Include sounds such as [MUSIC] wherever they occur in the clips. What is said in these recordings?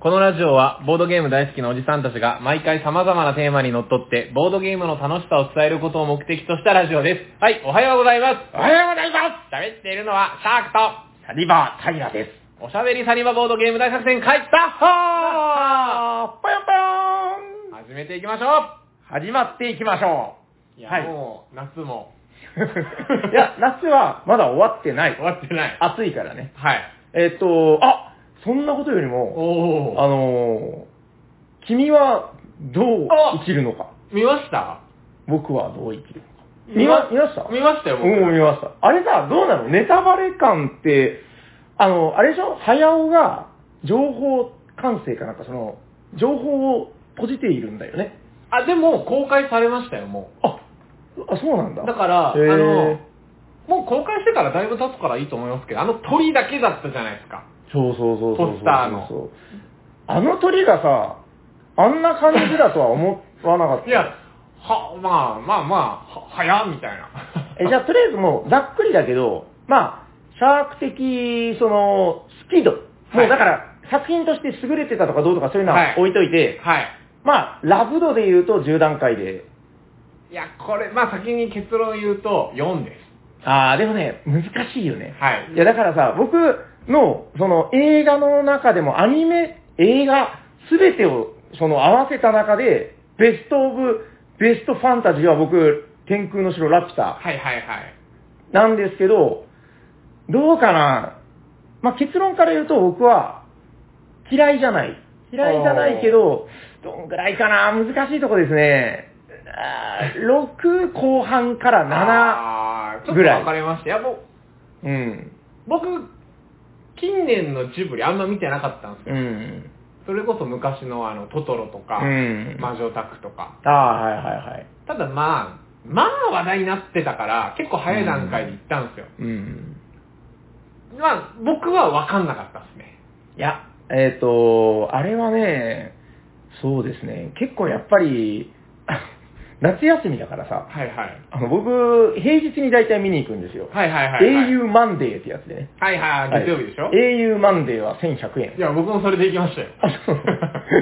このラジオは、ボードゲーム大好きなおじさんたちが、毎回様々なテーマにのっとって、ボードゲームの楽しさを伝えることを目的としたラジオです。はい、おはようございます。おはようございま喋っているのは、シャークすサニバータイラです。と、おしゃべりサニバボードゲーム大作戦会、ダッハあー、ぽよーぽよ始めていきましょーん始まっていきましょういうや、はいもう、夏も、 [LAUGHS] いや、夏はまだ終わってない終。わってない。暑いからね。はい。えっと、あ、そんなことよりおも、あのー、君はどうあ生きるのか見ました僕はどう生きるのか見ま、見ました見ましたよ、僕うん、見ました。あれさ、どうなのネタバレ感って、あの、あれでしょ早尾が、情報管制かなんか、その、情報を閉じているんだよね。あ、でも、公開されましたよ、もあ、あそうなんだ。う。だから、あへーの、もう公開してからだいぶ経つからいいと思いますけど、あの鳥だけだったじゃないですか。そうそうそうそうそうそう。ポスターのあの鳥がさ、あんな感じだとは思わなかった。いや、は、まあまあまあ、は、はやみたいな。え、じゃあとりあえずもう、ざっくりだけど、まあ、シャーク的、その、スキード。もはういだから、作品として優れてたとかどうとかそういうのははい置いといて、はい。まあ、ラブ度で言うと10段階で。いや、これ、まあ先に結論言うと、4です。ああ、でもね、難しいよね。はいいや、だからさ、僕の、その映画の中でもアニメ、映画、すべてを、その合わせた中で、ベストオブ、ベストファンタジーは僕、天空の城ラピュタはいはいはい。なんですけど、どうかなまあ、結論から言うと僕は、嫌いじゃない。嫌いじゃないけど、どんぐらいかな難しいとこですね。あー6後半からあーちょっぐとらい分かれました。いや、もう、 7。うん。僕、近年のジブリあんま見てなかったんですよ。うん。それこそ昔のあの、トトロとか、うん魔女宅とか。ああ、はいはいはい。ただまあ、まあ話題になってたから、結構早い段階で行ったんですよ。うん。まあ、僕は分かんなかったですね。いや、えっ、と、あれはね、そうですね、結構やっぱり、 [LAUGHS] 夏休みだからさ、はいはい。あの僕、平日に大体見に行くんですよ。はいはいはい、はい。英雄マンデーってやつでね。はいはいはい、月曜日でしょ、はい英雄マンデーは1100円 [LAUGHS] い、。や、僕もそれで行きましたよ。あそう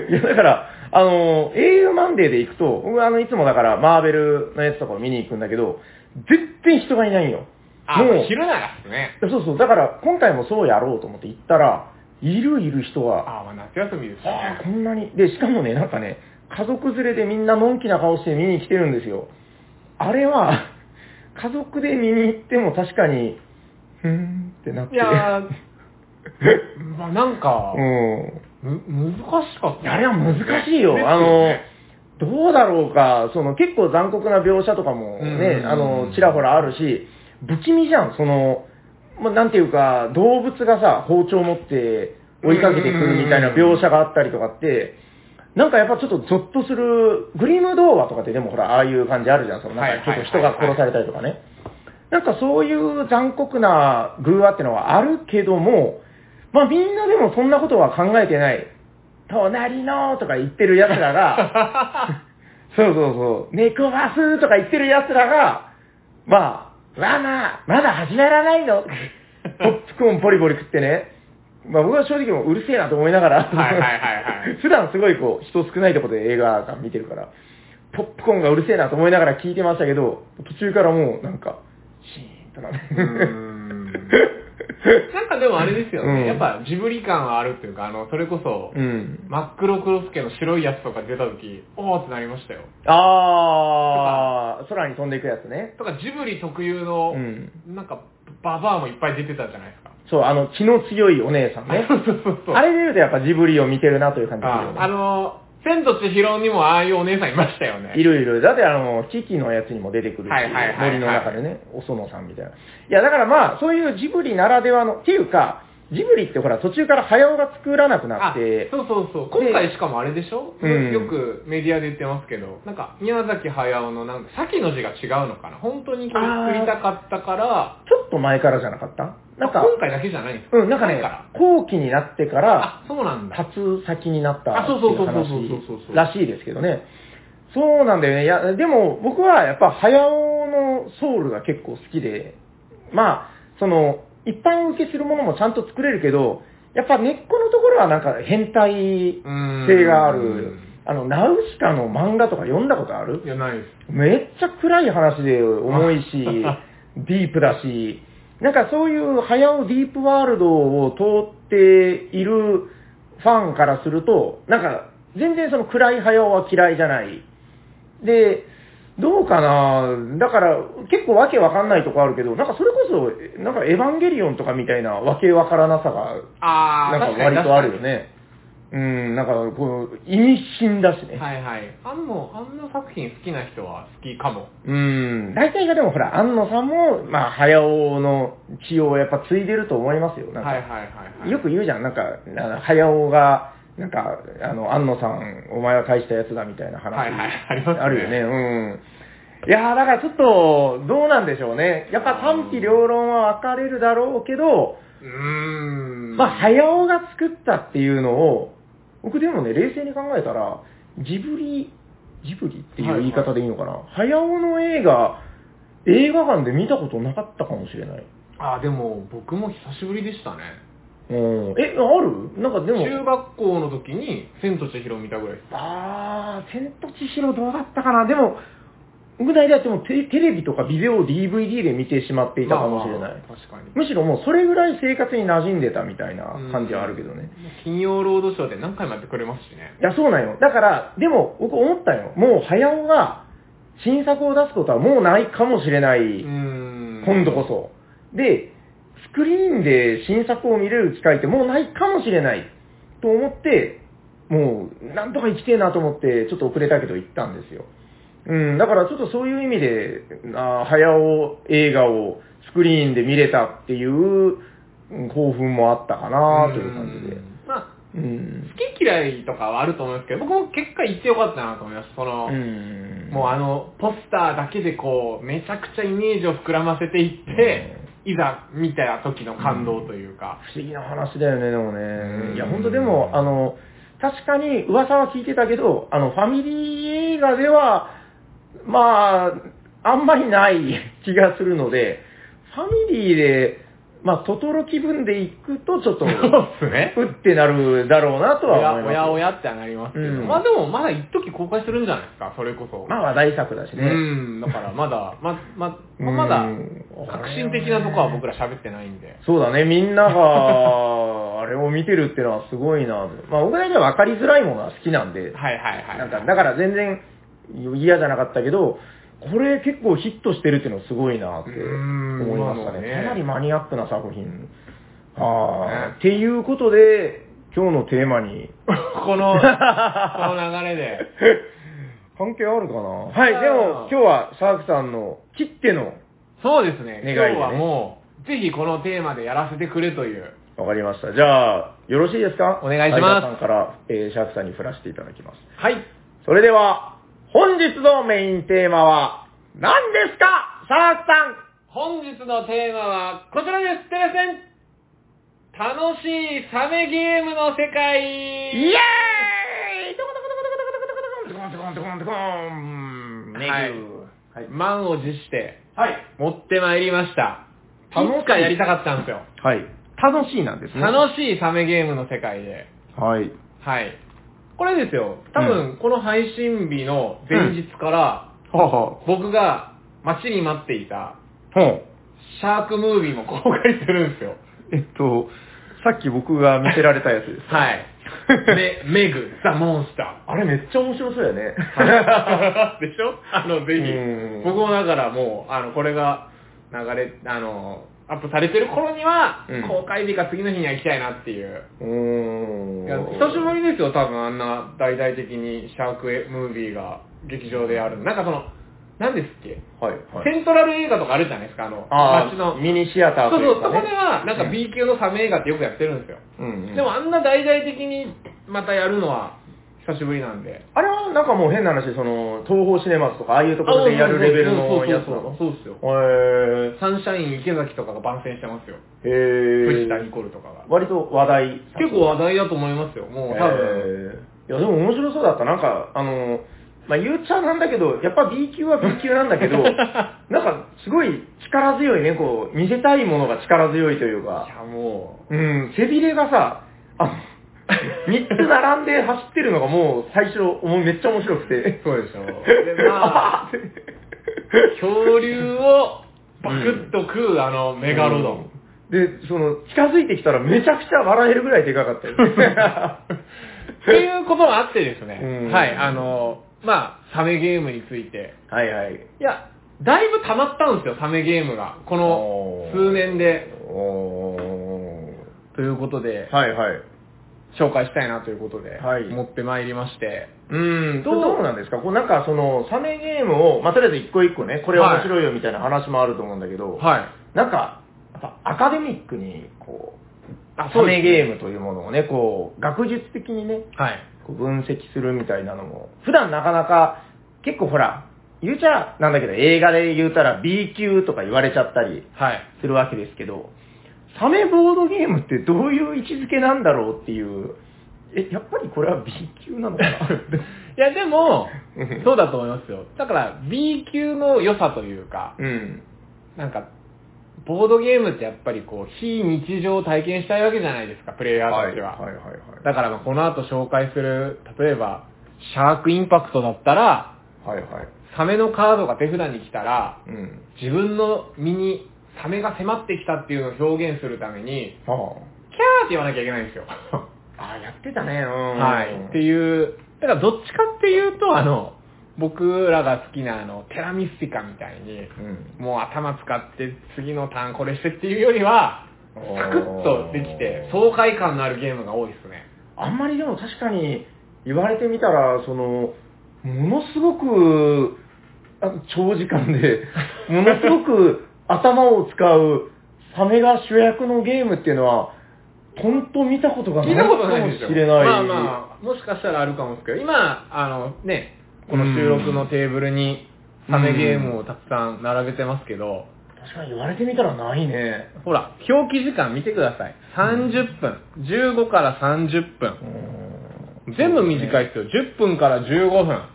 いや、だから、あの、英雄マンデーで行くと、僕あの、いつもだから、マーベルのやつとかを見に行くんだけど、全然人がいないんよ。あ、もう昼ならっすね。そうそう、だから、今回もそうやろうと思って行ったら、いるいる人が、あ、まあ夏休みですしああ、こね。んなに。で、しかもね、なんかね、家族連れでみんなのんきな顔して見に来てるんですよ。あれは、家族で見に行っても確かに、ふーんってなって。いやー、まあなんか、うん。む難しかっいた。やあれは難しいよ。ですあのね、どうだろうか、その結構残酷な描写とかもうんうんうね、んあの、ちらほらあるし、不気味じゃん、その、まあ、なんていうか、動物がさ、包丁持って追いかけてくるみたいな描写があったりとかって、なんかやっぱちょっとゾッとする、グリム童話とかってでもほら、ああいう感じあるじゃん、そのなんかちょっと人が殺されたりとかね。なんかそういう残酷な偶話ってのはあるけども、まあみんなでもそんなことは考えてない。隣のとか言ってる奴 [LAUGHS] らが、そうそうそう、猫バスとか言ってる奴らが、まあ、まあまあ、まだ始めらな [LAUGHS] いの。ポップコーンポリポリ食ってね。まあ僕は正直もううるせえなと思いながら、はいはいはいはい [LAUGHS] 普段すごいこう人少ないとこで映画館見てるから、ポップコーンがうるせえなと思いながら聞いてましたけど、途中からもうなんか、シーンとなって。 [LAUGHS] うーんなんかでもあれですよね、うんやっぱジブリ感はあるっていうか、あの、それこそ、 [LAUGHS] うん。真っ黒クロスケの白いやつとか出た時、おーってなりましたよ。あー、空に飛んでいくやつね。とかジブリ特有の、うんなんか、ババアもいっぱい出てたじゃないですか。。そう、あの、気の強いお姉さんね [LAUGHS] そうそうそうそう。あれ出るとやっぱジブリを見てるなという感じするよあね。あの、千と千尋にもああいうお姉さんいましたよね。いるいる。だってあの、キキのやつにも出てくるし、はいはいはいはい森の中でね、お園さんみたいな。いや、だからまあ、そういうジブリならではの、っていうか、ジブリってほら、途中から早尾が作らなくなっあて、そうそうそう。で今回しかもあれでしょ、うんよくメディアで言ってますけど、なんか、宮崎駿のなんか、先の字が違うのかな本当に作りたかったから、ちょっと前からじゃなかったなんかあ、今回だけじゃないんですかうん、なんかね前ら、後期になってから、あ、そうなんだ。立つ先になったあそうってそいうそううそうそうそうそう話らしいですけどね。そうなんだよね。いや、でも僕はやっぱ早尾のソウルが結構好きで、まあ、その、一般受けするものもちゃんと作れるけど、やっぱ根っこのところはなんか変態性があるうん。あの、ナウシカの漫画とか読んだことあるいや、ないです。、めっちゃ暗い話で重いしディープだし、なんかそういう早尾ディープワールドを通っているファンからすると、なんか全然その暗い早尾は嫌いじゃない。で、どうかなだから結構わけわかんないとこあるけど、なんかそれこそ、なんかエヴァンゲリオンとかみたいなわけわからなさが、あー、なん確かかに割とあるよ。ね。うん、なんかこう、意味深だしね。確かにはいはい。あんの、あんな作品好きな人は好きかも。うん、大体がでもほら、安野さんも、まあ、早尾の血をやっぱ継いでると思いますよ。はないんか、はいはいはい。よく言うじゃん、なんか、あの早尾が、なんか、あの、安野さん、お前は返したやつだみたいな話。はいはいありますねあるよね、うん。いやー、だからちょっと、どうなんでしょうね。やっぱ賛否両論は分かれるだろうけど、うーん。まあ、早尾が作ったっていうのを、僕でもね、冷静に考えたら、ジブリ、ジブリっていう言い方でいいのかな、早尾の映画、映画館で見たことなかったかもしれない。あー、でも、僕も久しぶりでしたね。うん。え、あるなんかでも、中学校の時に、千と千尋を見たぐらいです。あー、千と千尋どうだったかなでも、僕大体でもテテレビとかビデオ、DVD で見てしまっていたかもしれない。まあまあ確かに。むしろもうそれぐらい生活に馴染んでたみたいな感じはあるけどね。金曜ロードショーで何回もやってくれますしね。いや、そうなんよ。だから、でも、僕思ったよ。もう、早尾が、新作を出すことはもうないかもしれなうい。ーん。今度こそ。で、スクリーンで新作を見れる機会ってもうないかもしれない。と思って、もう、なんとか行きてえなと思って、ちょっと遅れたけど行ったんですよ。うん、だからちょっとそういう意味で、あー早尾映画をスクリーンで見れたっていう、うん興奮もあったかなという感じでう。んまあ、うん。好き嫌いとかはあると思いますけど、僕も結果言ってよかったなと思います。その、うんもうあの、ポスターだけでこう、めちゃくちゃイメージを膨らませていって、いざ見た時の感動というか。不思議な話だよね、でもうんね。いや、ほんとでも、あの、確かに噂は聞いてたけど、あの、ファミリー映画では、まあ、あんまりない [LAUGHS] 気がするので、ファミリーで、まあ、トトロ気分で行くと、ちょっ [LAUGHS] そと、ううっすね。ってなるだろうなとおはや思いおます。やおやってはなりますけど、うんまあでもまだ一時公開するんじゃないですか、それこそ。まあ、話題作だしうね。ん、だからまだ、ま、ま、ままだうん、革新的なとこは僕ら喋ってないんで。そうだね、みんな [LAUGHS] が、あれを見てるってのはすごいな。まあ、僕大体分かりづらいものは好きなんで、はいはいはい。なんか、だから全然嫌じゃなかったけど、これ結構ヒットしてるっていうのはすごいなってうーん思いましたまね。あねかなりマニアックな作品。はあ、ねっていうことで、今日のテーマに、この、この流れで。 [LAUGHS] 関係あるかなはい、あーでも今日はシャークさんの切っての、そうですね。願いで今ね日はもう、ぜひこのテーマでやらせてくれという。わかりました。じゃあ、よろしいですかお願いします相田さんから、えーシャークさんに振らせていただきます。はい。それでは、本日のメインテーマは、何ですかシャークさん本日のテーマはこちらです。テレセン楽しいサメゲームの世界イエーイドコドコドコドコドコドコドコドコドコドコドコンはいはい。満を持してはい。持ってまいりました。楽しいいつかやりたかったんですよ。はい。楽しいなんですね。楽しいサメゲームの世界で。はい。はい。これですよ。多う分、この配信日の前日から、はあは僕が待ちに待っていた、あ。ほう。シャークムービーも公開するんですよ。えっと、さっき僕が見せられたやつです。はい。 [LAUGHS] メ、メグ、ザ・モンスタあれめっちゃ面白そうや [LAUGHS] ね。ー。でしょ [LAUGHS] あの、ぜうんひ。僕もだからもう、あの、これが流れ、あの、アップされてる頃にはうん、公開日か次の日には行きたいなっていう。うーんいや久しぶりですよ、多分あんな大々的にシャークムービーが劇場である。なんかその、何ですっけはい、はい。セントラル映画とかあるじゃないですか、あの、あ街あ、の。ミニシアターそうとそいうそう、かこねでは、なんか B 級のサメ映画ってよくやってるんですよ。うんうんでもあんな大々的にまたやるのは久しぶりなんで。あれはなんかもう変な話、その、東宝シネマスとか、ああいうところでやるレベルのやつなのそうそうそうそうそうですよ。へーサンシャイン池崎とかが番宣してますよ。へー藤田ニコルとかが。割と話題作結構話題だと思いますよ、もう多分。えーいやでも面白そうだったなんかあのまあ、言っちゃなんだけど、やっぱ B 級は B 級なんだけ [LAUGHS] ど、なんかすごい力強いね、こう、見せたいものが力強いといういか、やもう、うん、背びれがさ、あ、3つ並んで走ってるのがもう最初、もうめっちゃ面白くて。そうでしょ。 [LAUGHS] で、まあ、 [LAUGHS] あーって恐竜をバクッと食う、あの、メガロドン。で、その、近づいてきたらめちゃくちゃ笑えるぐらいでかかったよね。 [LAUGHS] っていうこともあってですね、うんはい、あの、まあ、サメゲームについて。はいはい。いや、だいぶ溜まったんですよ、サメゲームが。このおー数年で。おということで、はいはい。紹介したいなということで、はい持ってまいりまして。うん、どどううなんですかこうなんかその、サメゲームを、まあ、とりあえず一個一個ね、これ面白いよみたいな話もあると思うんだけど、はい。なんか、やっぱアカデミックに、こう、あサそうですねメゲームというものをね、こう、学術的にね、はい。こう分析するみたいなのも、普段なかなか、結構ほら、言うちゃなんだけど、映画で言うたら B 級とか言われちゃったりはい。するわけですけど、サメボードゲームってどういう位置づけなんだろうっていう、え、やっぱりこれは B 級なのかないや、で [LAUGHS] もうん、そうだと思いますよ。だから、B 級の良さというか、 [LAUGHS] うん。なんか、ボードゲームってやっぱりこう、非日常を体験したいわけじゃないですか、プレイヤーたちは。はいはいはいだからまあこの後紹介する、例えば、シャークインパクトだったら、はい。はいはい。サメのカードが手札に来たら、うん。自分の身にサメが迫ってきたっていうのを表現するために、ああ。キャーって言わなきゃいけないんですよ。ああ、やってたね。うん。はい。ってう。いう、だからどっちかっていうと、あの、僕らが好きなあの、テラミスティカみたいに、うん。もう頭使って次のターンこれしてっていうよりは、サクッとできて、爽快感のあるゲームが多いですね。あんまりでも確かに言われてみたら、その、ものすごく、あ長時 [LAUGHS] 間で、ものすごく頭を使うサメが主役のゲームっていうのは、ほんと見たことがな聞いいたことないでしかょもしれない。まあまあ、もしかしたらあるかもですけど、今、あのね、この収録のテーブルに、サメゲームをたくさん並べてますけど、確かに言われてみたらないね。ほら、表記時間見てください。30分。15から30分。全部短いい。ですよ。10分から15分。あ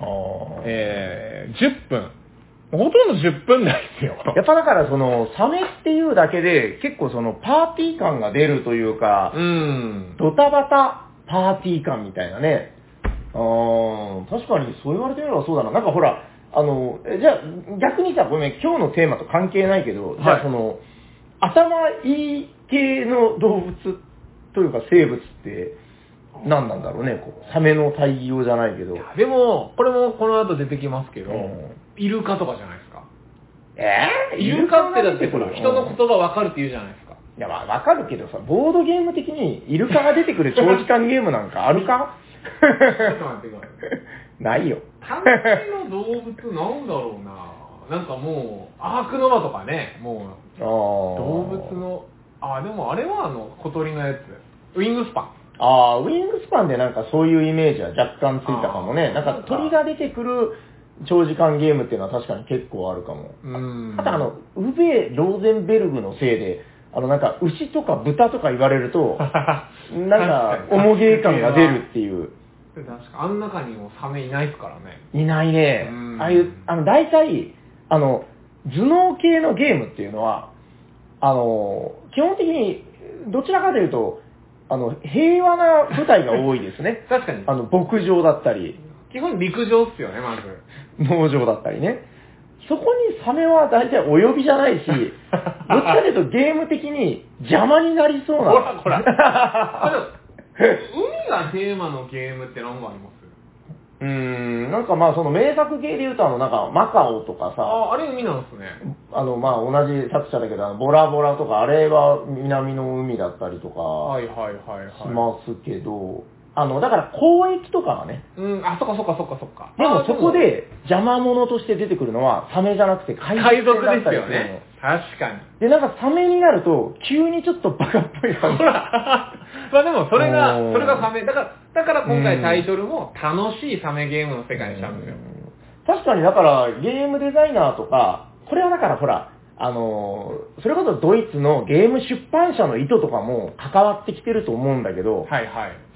あ。えー、10分。ほとんど10分台ですよ。やっぱだからその、サメっていうだけで、結構その、パーティー感が出るというか、うん。ドタバタパーティー感みたいなね。あー確かにそう言われてみればそうだな。なんかほら、あの、えじゃあ、逆にさ、ごめん、今日のテーマと関係ないけど、じはゃいあその、頭いい系の動物というか生物って、何なんだろうね、こう、サメの対応じゃないけど。でも、これもこの後出てきますけど、うんイルカとかじゃないですか。えーイルカってだってほら、うん人の言葉わかるって言うじゃないですか。いや、まあ、わかるけどさ、ボードゲーム的にイルカが出てくる長時間ゲームなんかあるか [LAUGHS] ちょっと待ってください。ないよ。単体の動物なんだろうななんかもう、アークノマとかね、もああ。う、動物。の、あ、でもあれはあの、小鳥のやつ。ウィングスパああ、ウィングスパンでなんかそういうイメージは若干ついたかあもーね。なんか鳥が出てくる長時間ゲームっていうのは確かに結構あるかも。ン。うん。あ [LAUGHS] とあの、、ウベ・ローゼンベルグのせいで、あのなんか牛とか豚とか言われ [LAUGHS] ると、なんか、重げ感が出るっていう。確か、あん中にもサメいないですからね。いないねうん。ああいう、あの、大体、あの、頭脳系のゲームっていうのは、あの、基本的に、どちらかというと、あの、平和な舞台が多いですね [LAUGHS] 。確かにあの、牧場だったり、基本陸上っすよね、まず。農場だったりね。そこにサメは大体お呼びじ [LAUGHS] ゃないし、どっちかというとゲーム的に邪魔になりそうな。ほらほらあでも海がテーマのゲームって何があります [LAUGHS] うーん、なんかまあその名作系で言うとあの、なんかマカオとかさ、あ、あれ海なんですね。あの、まあ、同じ作者だけど、あのボラボラとか、あれは南の海だったりとはか、いはいはいはい。しますけど、あの、だから交易とかはね、うん、あ、そっかそっかそっかそっか。であもーそこ、で邪魔者として出てくるのは、サメじゃなくて海海賊賊だっですたりよるのね。確かに。で、なんかサメになると、急にちょっとバカっぽい感 [LAUGHS] じほ。ら。まあでもそれが、おーそれがサメ、だから、だから今う回んタイトルも楽しいサメゲームの世界にしたんですよ。確かにだからゲームデザイナーとか、これはだからほら、あのーそれこそドイツのゲーム出版社の意図とかも関わってきてると思うんだけど、はいはい。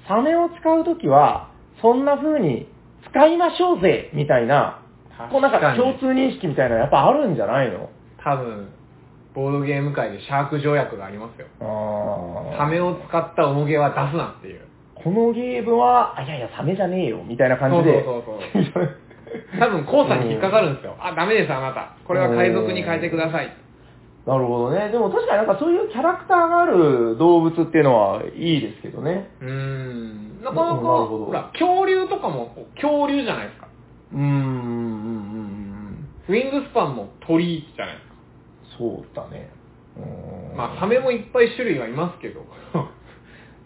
サメを使うときは、そんな風に使いましょうぜみたいな確かに、こうなんか共通認識みたいなのやっぱあるんじゃないの多分、ボードゲーム界でシャーク条約がありますよ。あサメを使った重げは出すなっていう。このゲームは、あ、いやいや、サメじゃねえよ、みたいな感じで。そうそうそうそう。多分、交差に引っかかるんですよ。あ、ダメです、あなた。これは海賊に変えてください。 [LAUGHS] なるほどね。でも確かになんかそういうキャラクターがある動物っていうのはいいですけどね。うーん。なかななか、るほどほら、恐竜とかも恐竜じゃないですか。うーん、うん、うん、うん。ウィングスパンも鳥じゃないですか。そうだね。うーん。まあ、サメもいっぱい種類はいます [LAUGHS] けど。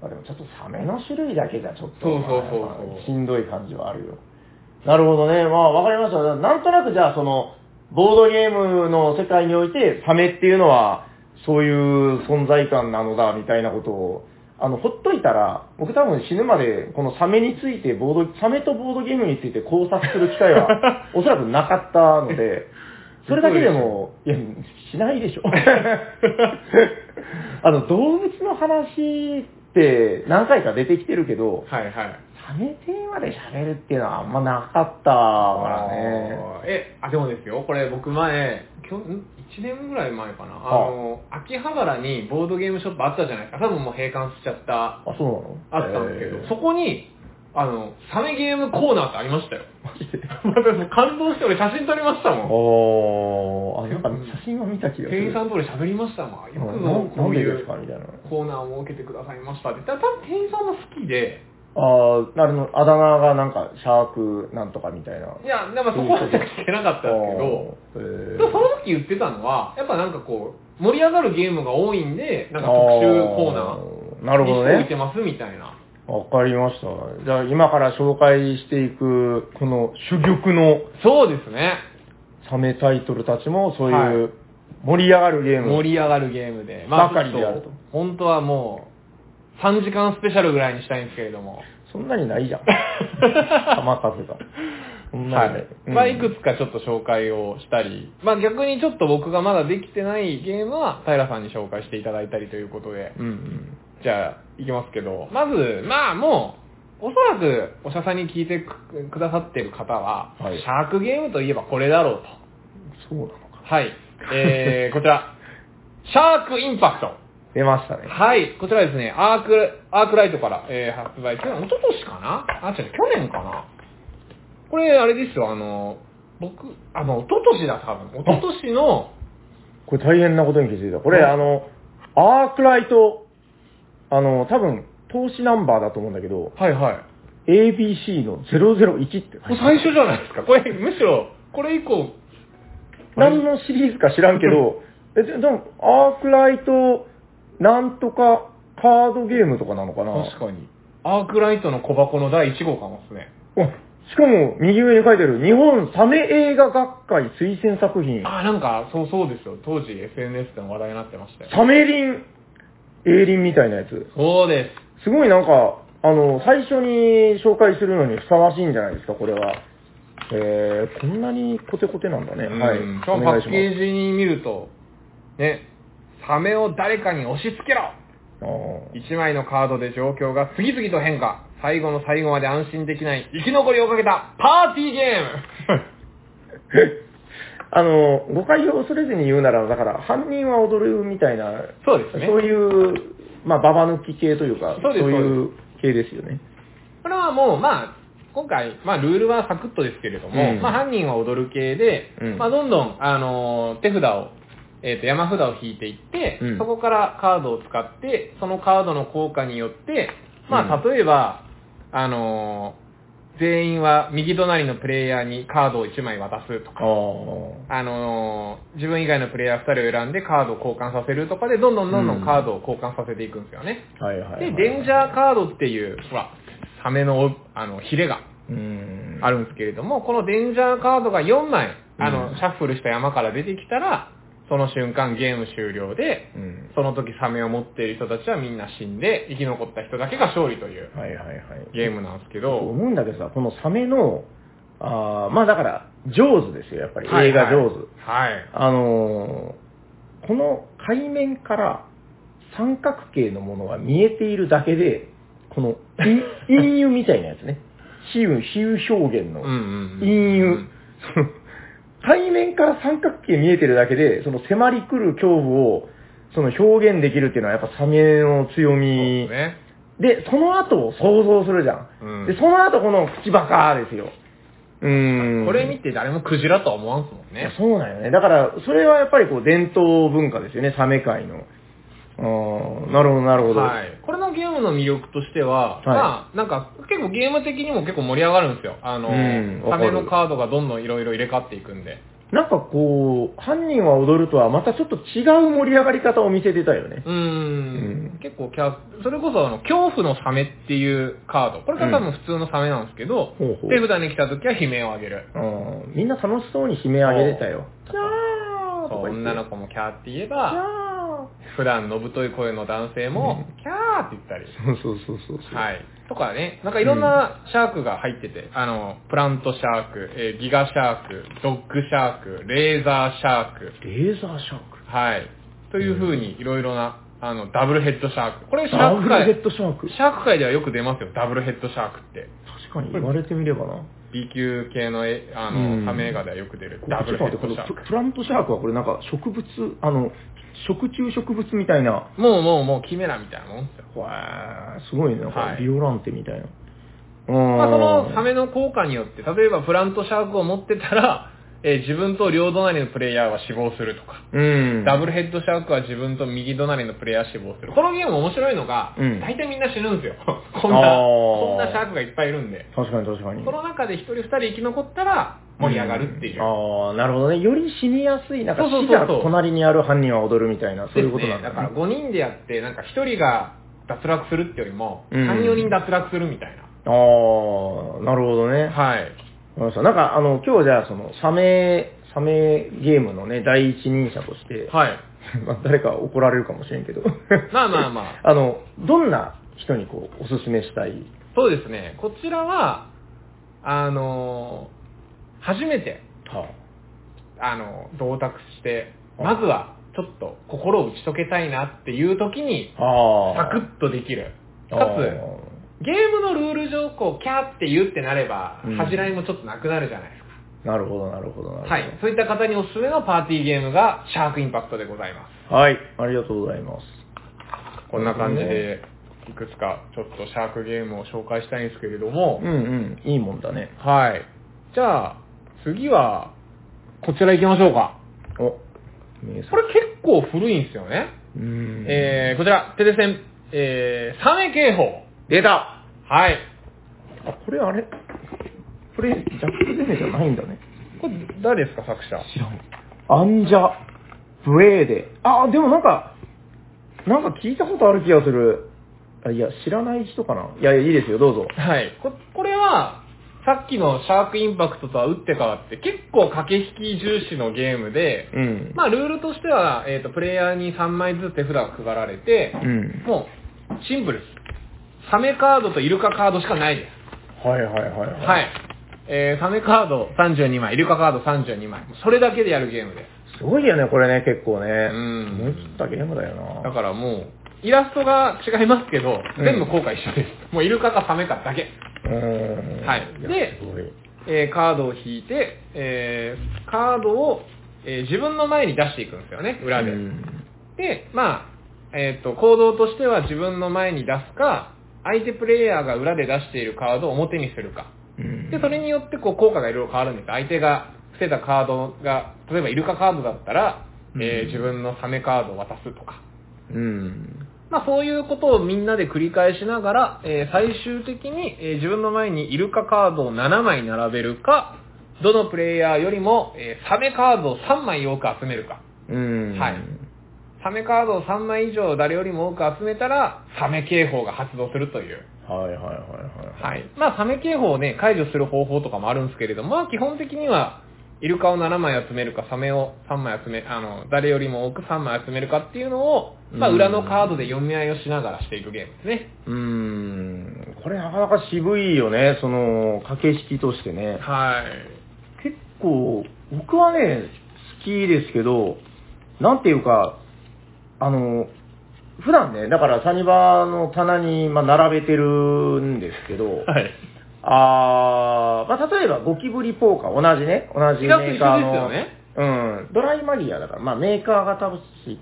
あでもちょっとサメの種類だけじゃちょっと、そうそうそうそうまあやっぱしんどい感じはあるよ。なるほどね。まあわかりました。なんとなくじゃあその、ボードゲームの世界においてサメっていうのはそういう存在感なのだみたいなことを、あの、ほっといたら、僕多分死ぬまでこのサメについてボード、サメとボードゲームについて考察する機会はおそらくなかったの [LAUGHS] で、それだけでも、いや、しないでしょ。 [LAUGHS] あの、動物の話って何回か出てきてるけど、はいはい。サメテーマで喋るっていうのはあんまなかったからね。あーえ、あ、でもですよ、これ僕前、今日、ん1年ぐらい前かな。ああの、秋葉原にボードゲームショップあったじゃないですか。多分もう閉館しちゃった、あ、そうなのあったんですけど、えーそこに、あの、サメゲームコーナーってありましたよ。マジ [LAUGHS] で。私もう感動して俺写真撮りましたもん。おー、あ、なんか写真を見た気がする。店員さんんと俺喋りましたもん。よくなぞんこういなんでですうかみたいな。コーナーを設けてくださいましたって。た多分店員さんも好きで、あー、なるの、あだ名がなんか、シャークなんとかみたいな。いや、でもそこは [LAUGHS] 聞けなかったんですけど、あーえーでもその時言ってたのは、やっぱなんかこう、盛り上がるゲームが多いんで、なんか特集コーあーナなーるにほしどておいねて。ますみたいな。わかりました。じゃあ今から紹介していく、この珠玉のそうですね。サメタイトルたちもそういはう盛り上がるゲーム。盛り上がるゲームで。ばかりであるとちょっ本当はもう、3時間スペシャルぐらいにしたいんですけれども。そんなに [LAUGHS] ないじゃん。玉数が。そんなになはい。まあ、いくつかちょっと紹介をしたり、まあ逆にちょっと僕がまだできてないゲームは、平さんに紹介していただいたりということで。うんうん。じゃあ、いきますけど、まず、まあもう、おそらく、お医者さんに聞いてくくださってる方は、はいシャークゲームといえばこれだろうと。そうなのか。 [LAUGHS] はい。えー、こちら、シャークインパクト。出ましたね。はい。こちらですね、アーク、アークライトから、えー発売、去年、一昨年かなあ、違う、去年かなこれ、あれですよ、あの、僕、あの、一昨年だ、多分。一昨年の、これ大変なことに気づいた。これ、はいあの、アークライト、あの、多分、投資ナンバーだと思うんだけど、はいはい。 ABC の001ってこ書れいてあ最る初じゃないですか。これ、むしろ、これ以降、何のシリーズか知らん [LAUGHS] けど、え、ででも、アークライト、なんとか、カードゲームとかなのかな確かに。アークライトの小箱の第1号かもですね。おしかも、右上に書いてある、日本サメ映画学会推薦作品、ああ、なんか、そうそうですよ。当時 SNS での話題になってましたよ。サメリン、エイリンみたいなやつ。そうです。すごいなんか、あの、最初に紹介するのにふさわしいんじゃないですか、これは。えー、こんなにコテコテなんだね。はいうん。しかおもパ願ッいケしまーす。ジに見ると、ね、サメを誰かに押し付けろあー !1 枚のカードで状況が次々と変化。最後の最後まで安心できない生き残りをかけたパーティーゲーム [LAUGHS] あの、誤解を恐れずに言うなら、だから、犯人は踊るみたいな、 [LAUGHS] そうですねそういう、まあ、ババ抜き系というか、そうですいう系ですよね。これはもう、まあ、今回、まあ、ルールはサクッとですけれども、うんまあ、犯人は踊る系で、うんまあ、どんどん、あのー手札を、えっ、と、山札を引いていって、うんそこからカードを使って、そのカードの効果によって、まあ、う例えば、あのー全員は右隣のプレイヤーにカードを1枚渡すとあか、あ。あのー自分以外のプレイヤー2人を選んでカードを交換させるとかで、どんどんどんどうんんカードを交換させていくんですよね。はいはいはい、で、デンジャーカードっていう、ほら、サメの、あの、ヒレがうーん。あるんですけれども、このデンジャーカードが4枚、あうの、んシャッフルした山から出てきたら、その瞬間ゲーム終了で、うん。その時サメを持っている人たちはみんな死んで、生き残った人だけが勝利というはいはいはい。ゲームなんですけ思ど、うんだけどさ、このサメの、あーまあだから、上手ですよ、やっぱり。映画上はい手。はい。あのーこの海面から三角形のものが見えているだけで、[LAUGHS] この陰陰 [LAUGHS] 油みたいなやつね。比喩、比喩表現のうんうんうん陰油。その対面から三角形見えてるだけで、その迫り来る恐怖を、その表現できるっていうのはやっぱサメの強み。ね。で、その後を想像するじゃん。うんで、その後この口バカーですよ。うーん。これ見て誰もクジラとは思わんっすもんいやね。そうなんよね。だから、それはやっぱりこう伝統文化ですよね、サメ界の。ああ、なるほど、なるほど。はい。これのゲームの魅力としては、はいまあ、なんか、結構ゲーム的にも結構盛り上がるんですよ。あのうん、サわかメるのカードがどんどんいろいろ入れ替わっていくんで。なんかこう、犯人は踊るとはまたちょっと違う盛り上がり方を見せてたよね。うーんうん結構キャそれこそあの、恐怖のサメっていうカード。これが多分普通のサメなんですけど、ほうほう手札に来た時は悲鳴をあげる。うん、みんな楽しそうに悲鳴上げてたよ。そうキャーそう女の子子もキャーって言えキャば、ー普段の太い声の男性も、キャーって言ったり。そうそうそうそう。はい。とかね、なんかいろんなシャークが入ってて、あの、プラントシャーク、えーギガシャーク、ドッグシャーク、レーザーシャーク、レーザーシャーク。はい。という風にいろいろな、あの、ダブルヘッドシャーク。これシャダーブクル界、ヘッドシャークシ。ャーク界ではよく出ますよ、ダブルヘッドシャークって。確かに言われてみればな。 B 級系のえあうのんサメ映画ではよく出るちょダっブルとヘ待って、ッこドのシャークプ。プラントシャークはこれなんか植物、あの、食虫植物みたいな。もうもうもうキメラみたいなもんですよ。わー、すごいね。なんはかいビオランテみたいな。まあ、そうんのサメの効果によって、例えばプラントシャークを持ってたら、えー自分と両隣のプレイヤーは死亡するとか。うん。ダブルヘッドシャークは自分と右隣のプレイヤー死亡する。このゲーム面白いのが、うん大体みんな死ぬんです [LAUGHS] よ。こんな、あーこんなシャークがいっぱいいるんで。確かに確かに。この中で一人二人生き残ったら盛り上がるっていう。ああ、なるほどね。より死にやすい、なんかそうそうそう死が隣にある犯人は踊るみたいな、そういうことなんですね。だだからね。 5人でやって、なんか一人が脱落するってよりも、うん3、4人脱落するみたいな。ああ、なるほどね。わかはい。りました。なんか、あの、今日じゃあ、その、サメ、サメゲームのね、第一人者として、はい。 [LAUGHS] まあ誰か怒られるかもしれんけど。まあまあまあ。 [LAUGHS] あの、どんな人にこう、おすすめしたいそうですね。こちらは、あのー初めて、はあの、同卓して、あまずは、ちょっと心を打ち解けたいなっていう時に、あサクッとできる。かつ、ゲームのルール上、こう、キャーって言うってなればう、ん恥じらいもちょっとなくなるじゃないですか。つ、なるほど、なるほど、なるほど。はい。そういった方におすすめのパーティーゲームが、シャークインパクトでございます。はい。ありがとうございます。こんな感じで、いくつか、ちょっとシャークゲームを紹介したいんですけれどもうん、うん。いいもんだね。はい。じゃあ、次は、こちら行きましょうか。お、名作これ結構古いんですよね。うーんえー、こちら、テレセン、えー、サメ警報。出たはい。あ、これあれこれ、ジャック・ゼネじゃないんだね。これ、誰ですか、作者。知らん。アンジャ・ブエーデ。あ、でもなんか、なんか聞いたことある気がする。あいや、知らない人かな。いやいや、いいですよ、どうぞ。はい。ここれは、さっきのシャークインパクトとは打って変わって、結構駆け引き重視のゲームで、うん。まあ、ルールとしては、えっ、と、プレイヤーに3枚ずつ手札が配られて、うん。もう、シンプルです。サメカードとイルカカードしかないです。はいはいはいはい。はい。えーサメカード32枚、イルカカード32枚。それだけでやるゲームです。すごいよね、これね、結構うね。ん思い切ったゲームだよな。だからもう、イラストが違いますけど、うん全部効果一緒 [LAUGHS] です。もうイルカかサメかだけ。うーん。はいやですごい。えーカードを引いて、えーカードを、えー自分の前に出していくんですよね、裏で。うんで、まあ、えっ、と、行動としては自分の前に出すか、相手プレイヤーが裏で出しているカードを表にするか。うんで、それによってこう効果がいろいろ変わるんです。相手が伏せたカードが、例えばイルカカードだったら、えーうん自分のサメカードを渡すとか。うん。まあそういうことをみんなで繰り返しながら、えー最終的に、えー自分の前にイルカカードを7枚並べるか、どのプレイヤーよりも、えーサメカードを3枚多く集めるか。うん。はいサメカードを3枚以上誰よりも多く集めたら、サメ警報が発動するという。はいはいはいはい。はい。まあ、サメ警報をね、解除する方法とかもあるんですけれども、まあ、基本的には、イルカを7枚集めるか、サメを3枚集め、あの、誰よりも多く3枚集めるかっていうのを、まあ、うん裏のカードで読み合いをしながらしていくゲームですね。うーん、これなかなか渋いよね、その、駆け引きとしてね。はい。結構、僕はね、好きですけど、なんていうか、あの、普段ね、だからサニバの棚に、まあ、並べてるんですけど、はい。あー、まあ、例えばゴキブリポーカー、同じね、同じメーカーの。違く一緒ですよねうん、ドライマリアだから、まあメーカーが確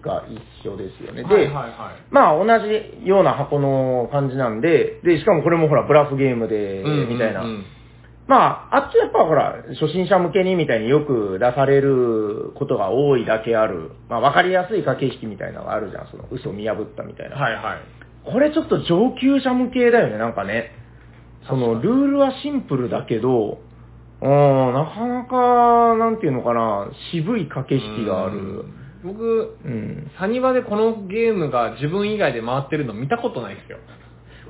か一緒ですよね。で、はいはいはいまあ同じような箱の感じなんで、で、しかもこれもほらブラフゲームでうんうんうん、みたいな。まあ、あっちやっぱほら、初心者向けにみたいによく出されることが多いだけある、まあ分かりやすい駆け引きみたいなのがあるじゃん、その嘘を見破ったみたいな。はいはい。これちょっと上級者向けだよね、なんかね。その、確かルールはシンプルだけど、うん、なかなか、なんていうのかな、渋い駆け引きがある。うん。僕、うん。サニバでこのゲームが自分以外で回ってるの見たことないですよ。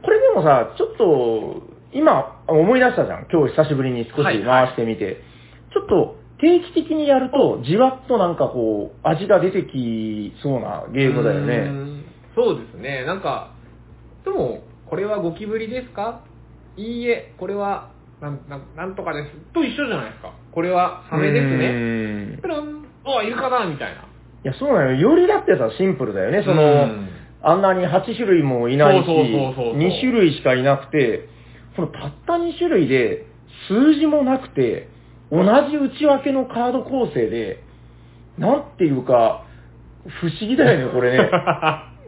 これでもさ、ちょっと、今、思い出したじゃん。今日久しぶりに少しは回いはいしてみて。ちょっと、定期的にやると、じわっとなんかこう、味が出てきそうなゲームだようね。ん。そうですね。なんか、でも、これはゴキブリですかいいえ、これはなんなん、なんとかです。と一緒じゃないですか。これはサメですね。ねプロン、あ、イルカだみたいな。いや、そうなのよ。よりだってさ、シンプルだよね。その、うんあんなに8種類もいないし、そうそうそうそうそう2種類しかいなくて、このたった2種類で、数字もなくて、同じ内訳のカード構成で、なんていうか、不思議 [LAUGHS] だよね、これね。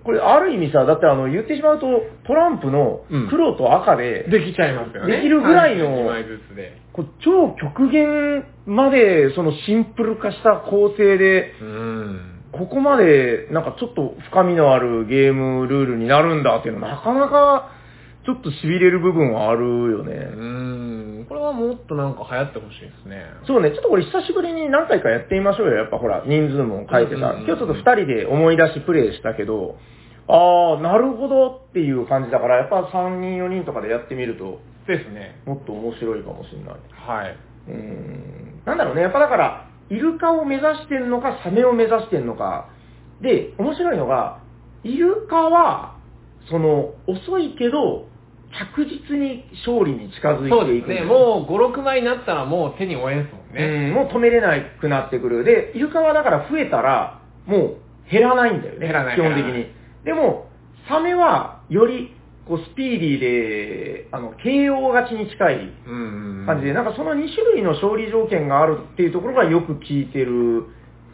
これ、ある意味さ、だってあの、言ってしまうと、トランプの黒と赤で、できちゃいますよね。できるぐらいの31枚ずつで。こう超極限まで、そのシンプル化した構成で、うん。ここまで、なんかちょっと深みのあるゲームルールになるんだっていうのは、なかなか、ちょっと痺れる部分はあるようね。ん。これはもっとなんか流行ってほしいですね。そうね、ちょっとこれ久しぶりに何回かやってみましょうよ。やっぱほら、人数も書いてうんうんさうん。今日ちょっと二人で思い出しプレイしたけど、あー、なるほどっていう感じだから、やっぱ3人4人とかでやってみると、ですね。もっと面白いかもしれない。はい。うーんなんだろうね、やっぱだから、イルカを目指してんのか、サメを目指してんのか。で、面白いのが、イルカは、その、遅いけど、着実に勝利に近づそういでていくすんね。だよもう5、6枚になったらもう手に負えんすもんね。うん、もう止めれなくなってくる。で、イルカはだから増えたら、もう減らないんだよね。減らない基本的減らなに。でも、サメは、より、こう、スピーディーで、あの、KO 勝ちに近いうん感じで、なんかその2種類の勝利条件があるっていうところがよく効いてる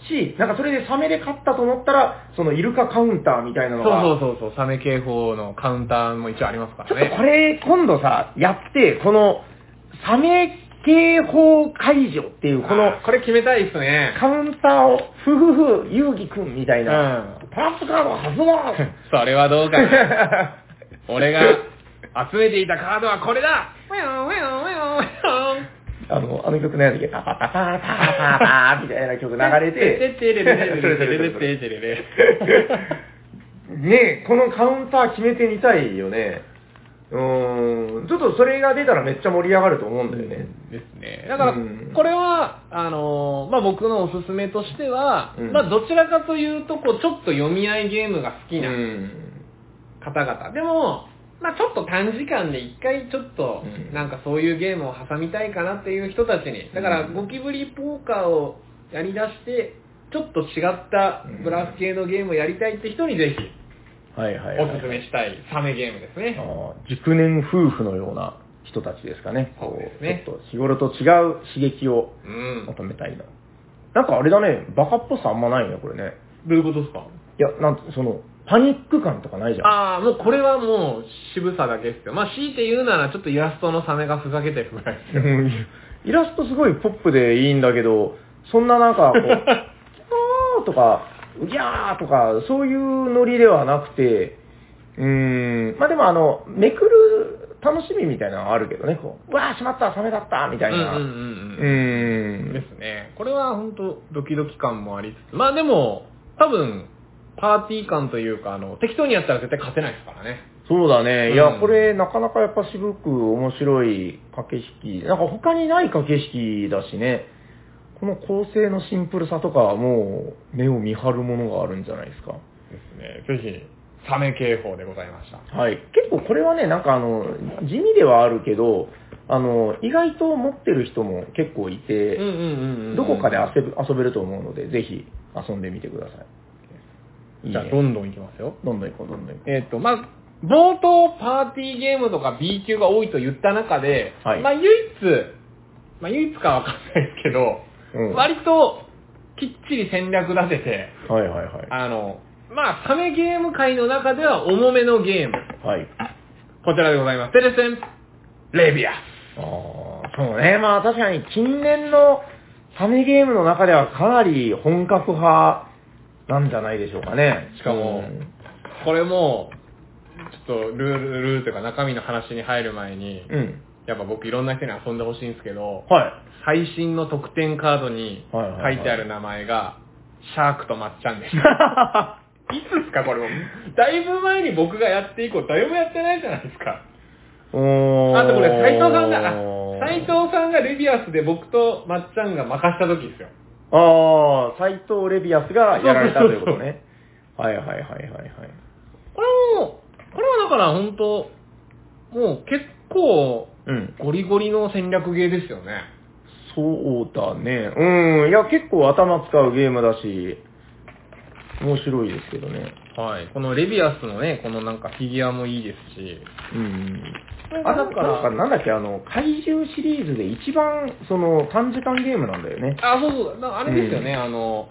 し、なんかそれでサメで勝ったと思ったら、そのイルカカウンターみたいなそうのが、そうそうそう、サメ警報のカウンターも一応ありますからね。ちょっとこれ今度さ、やって、このサメ警報解除っていう、このあーこれ決めたいですね。カウンターを、ふふふ、遊戯くんみたういな、ん。トランプカードはずわ [LAUGHS] それはどうかな。俺が集めていたカードはこれだ [LAUGHS] ウィヨンウィヨンウィヨンウィヨンあの、あの曲のやつで、パパパパパパパみたいな曲流れて、ててれれれれそれそれれれそれれれれれねえ、このカウンター決めてみたいよね。うーん、ちょっとそれが出たらめっちゃ盛り上がると思うんだよね。ですね。だからうん、これは、あのー、まあ、僕のおすすめとしては、うんまあ、どちらかというと、こう、ちょっと読み合いゲームが好うきな方々。でも、まあ、ちょっと短時間で一回ちょっとう、んなんかそういうゲームを挟みたいかなっていう人たちに、だから、うんゴキブリポーカーをやり出して、ちょっと違ったブラフ系のゲームをやりたいって人にぜひ、はいはい、はい。おすすめしたいサメゲームですね。あー熟年夫婦のような人たちですかね。そうですねこうちょっと日頃と違う刺激をうん。求めたいな。なんかあれだね、バカっぽさあんまないね、これね。どういうことですかいや、なんて、その、パニック感とかないじゃん。ああ、もうこれはもう渋さだけですよ。まあ強いて言うならちょっとイラストのサメがふざけてるぐらいですうよ。んイラストすごいポップでいいんだけど、そんなな [LAUGHS] んかこう、キョーとか、うぎゃーとか、そういうノリではなくて、うーん、まあでもあの、めくる楽しみみたいなのはあるけどね、こう、うわーしまった、サメだった、みたいな。うんうんううんーうん。ん。ですね。これは本当ドキドキ感もありつつ、まあでも、多分、パーティー感というか、あの、適当にやったら絶対勝てないですからね。そうだね。いうんや、これ、なかなかやっぱ渋く面白い駆け引き。なんか他にない駆け引きだしね。この構成のシンプルさとかはもう目を見張るものがあるんじゃないですか。ですね。ぜひ、サメ警報でございました。はい。結構これはね、なんかあの、地味ではあるけど、あの、意外と持ってる人も結構いて、うんうんうんうん。どこかで遊べ遊べると思うので、ぜひ遊んでみてください。いいじゃあ、ねどんどんいきますよ。どんどん行こう、どんどん行こえっ、と、まあ、冒頭パーティーゲームとか B 級が多いと言った中で、はいまあ、唯一、まあ唯一かはわかんないですけど、うん割ときっちり戦略立てて、はいはいはい。あの、まあサメゲーム界の中では重めのゲーム。はい。こちらでございます。テレセン、レビアス。ああ、そうね。まあ確かに近年のサメゲームの中ではかなり本格派なんじゃないでしょうかね。しかもうんこれも、ちょっとルール、ルールというか中身の話に入る前に、うん。やっぱ僕いろんな人に遊んでほしいんですけど、はい。最新の特典カードに書はいはいはいいてある名前が、シャークとまっちゃんでした。 [LAUGHS] いつですかこれも。だいぶ前に僕がやって以降、誰もやってないじゃないですか。おーあとこれ、斎藤さんが、あ斎藤さんがレビアスで僕とまっちゃんが任した時ですよ。ああ、斎藤レビアスがやられたということね。はいはいはいはいはい。これも、これはだから本当もう結構、うん。ゴリゴリの戦略ゲーですよね。そうだね。うん。いや、結構頭使うゲームだし、面白いですけどね。はい。このレビアスのね、このなんかフィギュアもいいですし。うん。あ、あ、なだんか、か、なんからなんだっけ、あの、怪獣シリーズで一番、その、短時間ゲームなんだよね。あ、そうそう、なあれですよね、あの、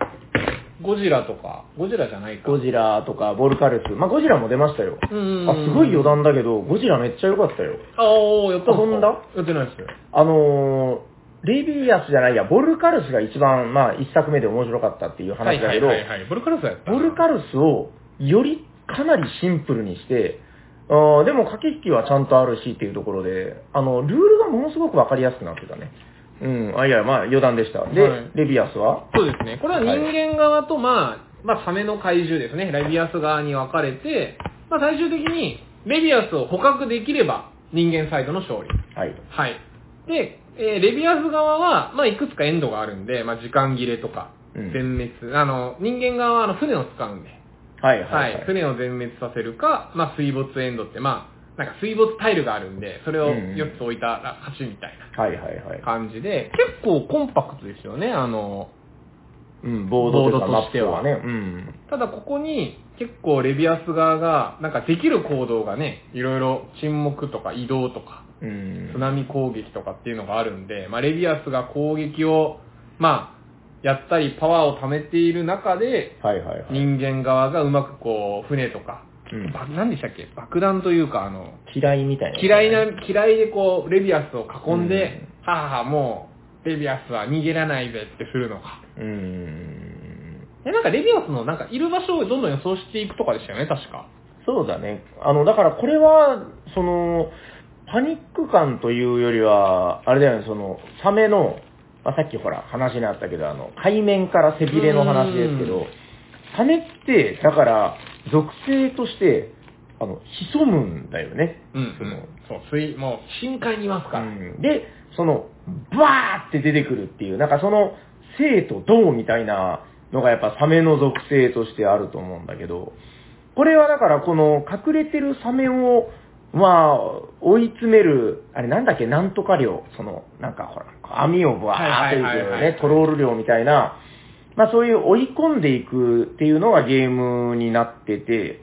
ゴジラとか、ゴジラじゃないか。ゴジラとか、ボルカレス。まあ、ゴジラも出ましたよ。うんうんうんあ、すごい余談だけど、ゴジラめっちゃ良かったよ。ああ、やった遊んだやってないですよ。あのー、レビアスじゃないや、ボルカルスが一番、まあ、一作目で面白かったっていう話だけど、はいはいはいはい。ボルカルスはやった。ボルカルスをよりかなりシンプルにして、あーでも駆け引きはちゃんとあるしっていうところで、あの、ルールがものすごくわかりやすくなってたね。うん、あ、いや、まあ余談でした。で、はいレビアスはそうですね。これは人間側と、まあ、まあ、サメの怪獣ですね。レビアス側に分かれて、まあ、最終的に、レビアスを捕獲できれば、人間サイドの勝利。はい。はい。で、えーレビアス側は、まあ、いくつかエンドがあるんで、まあ、時間切れとか、うん全滅。あの、人間側は、あの、船を使うんで、はい、は、はいい。はい。船を全滅させるか、まあ、水没エンドって、まあ、なんか水没タイルがあるんで、それを4つ置いたら勝ちみたいなはい、はい、はい。感じで、結構コンパクトですよね、あの、うん、ボードというかボードとしてはマップね。うん。ただここに結構レビアス側がなんかできる行動がね、いろいろ沈黙とか移動とかうん。津波攻撃とかっていうのがあるんで、まあレビアスが攻撃をまあやったりパワーを貯めている中ではい、はい、はい。人間側がうまくこう船とか、うんば何でしたっけ爆弾というかあの嫌いみたいな。嫌いな、嫌いでこうレビアスを囲んで、うはあはあもうレビアスは逃げらないぜってするのか。うん。え、なんかレビアスのなんかいる場所をどんどん予想していくとかでしたよね、確か。そうだね。あの、だからこれは、その、パニック感というよりは、あれだよね、その、サメの、まあ、さっきほら、話にあったけど、あの、海面から背びれの話ですけうどん、サメって、だから、属性として、あの、潜むんだよね。うん、うん。そう、水、もう深海にいますそかのら。うんで、その、バーって出てくるっていう、なんかその、生と動みたいなのがやっぱサメの属性としてあると思うんだけど、これはだからこの隠れてるサメを、まあ、追い詰める、あれなんだっけ、なんとか漁、その、なんかほら、網をバーってはいはいいはくいはいね、トロール漁みたいな、まあそういう追い込んでいくっていうのがゲームになってて、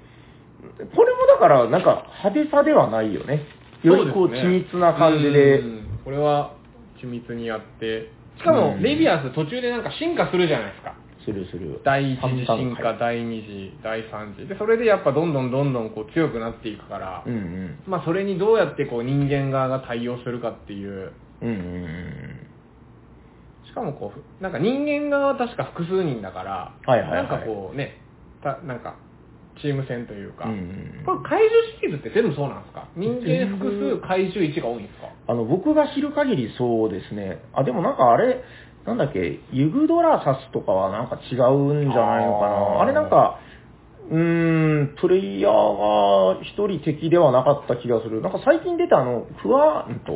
これもだからなんか派手さではないよね。よりこうそですね緻密な感じで、うんこれは緻密にやって。しかもう、んレビアス途中でなんか進化するじゃないですか。するする。第一次進三段化、階第二次、第三次。で、それでやっぱどんどんどんどんこう強くなっていくから、うんうん。まあそれにどうやってこう人間側が対応するかっていう。うんうんうんしかもこう、なんか人間側は確か複数人だから、はいはいはないんかこうね、たなんか、チーム戦というか、うんうんこれ怪獣シリーズって全部そうなんですか人間複数怪獣1が多いんですかあの、僕が知る限りそうですね。あ、でもなんかあれ、なんだっけ、ユグドラサスとかはなんか違うんじゃないのかな。あーあれなんか、うーん、プレイヤーが一人敵ではなかった気がする。なんか最近出たあの、クワント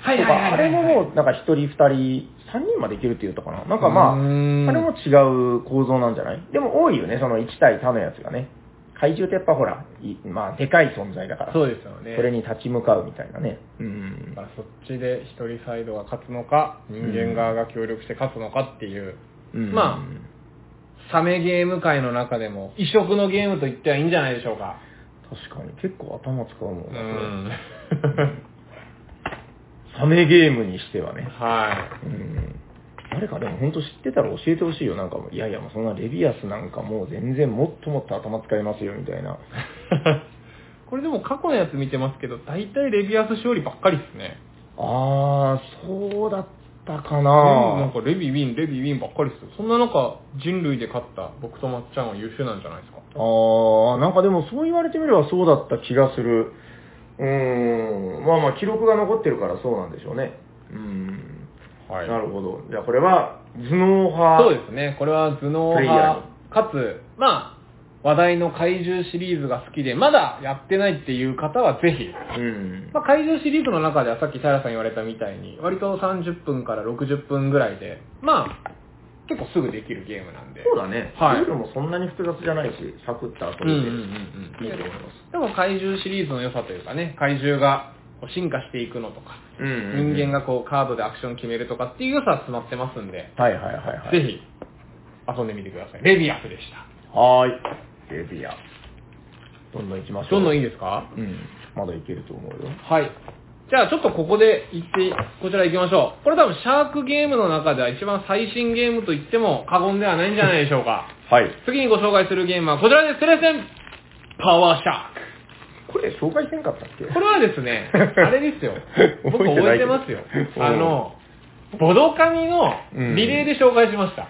はいはいはいはいはいとかあれももうなんか一人二人、三人までいけるって言ったかな。なんかまあ、うーんあれも違う構造なんじゃないでも多いよね、その1対他のやつがね。怪獣ってやっぱほら、いまあ、でかい存在だから。そうですよねそれに立ち向かうみたいなね。うんだからそっちで一人サイドが勝つのか人間側が協力して勝つのかっていう、うんまあサメゲーム界の中でも異色のゲームと言ってはいいんじゃないでしょうか確かに結構頭使うもんうなこれんササメゲームにしてはね。 [LAUGHS] はうん誰かでも本当知ってたら教えてほしいよ。なんかもう、いやいや、もうそんなレビアスなんかもう全然もっともっと頭使いますよ、みた [LAUGHS] いな。い。これでも過去のやつ見てますけど、大体レビアス勝利ばっかりですね。あー、そうだったか全部ななんかレビウィン、レビウィンばっかりですよ。そんな中、人類で勝った僕とまっちゃんは優秀なんじゃないですか。あー、なんかでもそう言われてみればそうだった気がする。うーん、まあまあ記録が残ってるからそうなんでしょうね。うん。はいなるほど。じゃあこれは、頭脳派。そうですね。これは頭脳プレイヤー派、かつ、まあ、話題の怪獣シリーズが好きで、まだやってないっていう方はぜひ、うん。まあ、怪獣シリーズの中ではさっき平さん言われたみたいに、割と30分から60分ぐらいで、まあ、結構すぐできるゲームなんで。そうだね。はいルールもそんなに複雑じゃないし、サクッとうんう遊んうんうべて、ん。いいと思います。でも怪獣シリーズの良さというかね、怪獣がこう進化していくのとか、うんうんうん人間がこうカードでアクション決めるとかっていう良さは詰まってますんで、はいはいはいはい。ぜひ遊んでみてください。レビアスでした。はーい。レビア。どんどん行きましょう。どんどんいいいですかうん。まだいけると思うよ。はい。じゃあちょっとここで行って、こちら行きましょう。これ多分シャークゲームの中では一番最新ゲームと言っても過言ではないんじゃないでしょう [LAUGHS] か。はい。次にご紹介するゲームはこちらです。テレセンパワーシャーク。これ紹介せんかったっけ。これはですね、あれですよ僕覚えてな覚えいてけど。ますようんあの、ボドカミのうんリレーで紹介しました。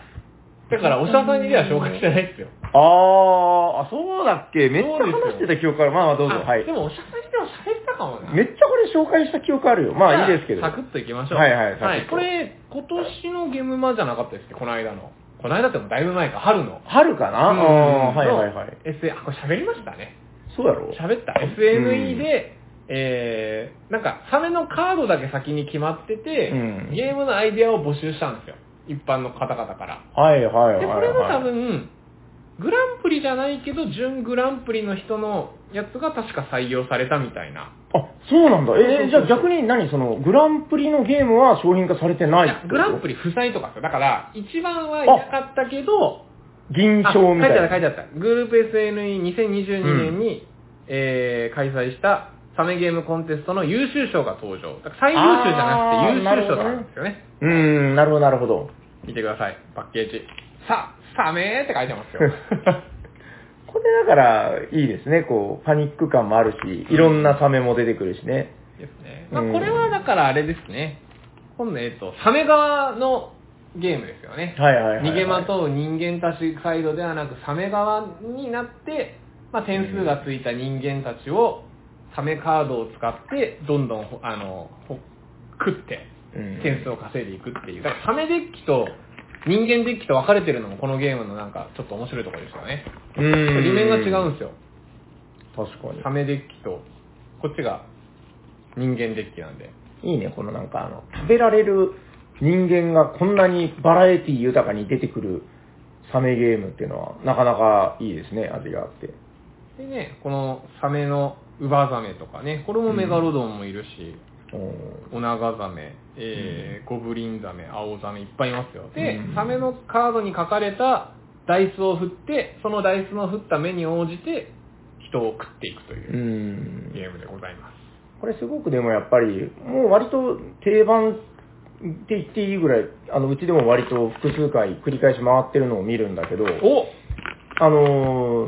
だから、お医者さんにでは紹介してないですよ。あー、あ、そうだっけめっちゃそうですよ話してた記憶ある。まあまあどうぞ。あはいで。も、お医者さんにでも喋ったかもな。めっちゃこれ紹介した記憶あるよ。まあいいですけど。じゃあサクッといきましょう。はいはいサクッとこれ、今年のゲームマじゃなかったですっけど、この間の。この間ってもだいぶ前か、春の。春かなうんあーはいはの。いはい SA、あ、これ喋りましたね。そうやろ喋った SNE で、えー、なんかサメのカードだけ先に決まってて、うんゲームのアイデアを募集したんですよ一般の方々からはいはいはいでこはい。れも多分グランプリじゃないけど準グランプリの人のやつが確か採用されたみたいなあ、そうなんだ。えー、じそうそうゃそうあ逆に何その、グランプリのゲームは商品化されてないいやグランプリリ不採とかですよだから一番はいなかったけど銀あ賞みたいな。書いてあった書いてあったグループ SNE2022 年に、えー開催したサメゲームコンテストの優秀賞が登場だから最優秀じゃなくて優あー秀賞だったんですよねうーん、なるほどなる [LAUGHS] ほど。見てくださいパッケージさサメーって書いてます [LAUGHS] よこれだから、いいですね。こう、パニック感もあるし、いろんなサメも出てくるしね。ですね、まあ、うんこれはだからあれですね今度えっとサメ側のゲームですよねはいはいはいはい逃げまとう人間たちサイドではなくサメ側になって、まあ、点数がついた人間たちをサメカードを使ってどんどんほあのほ食ってうん点数を稼いでいくっていうだからサメデッキと人間デッキと分かれてるのもこのゲームのなんかちょっと面白いところですよねうーん裏面が違うんですよ確サかメデッキとこっちが人間デッキなんでに。いいね、このなんかあの、食べられる人間がこんなにバラエティ豊かに出てくるサメゲームっていうのは、なかなかいいですね、味があって。でね、このサメのウバザメとかね、これもメガロドンもいるし、うんオナガザメ、えーゴブリンザメ、アオザメいっぱいいますよ。でうん、サメのカードに書かれたダイスを振って、そのダイスの振った目に応じて人を食っていくといううゲん。ームでございます。これすごくでもやっぱり、もう割と定番って言っていいぐらい、あの、うちでも割と複数回繰り返し回ってるのを見るんだけど、おあの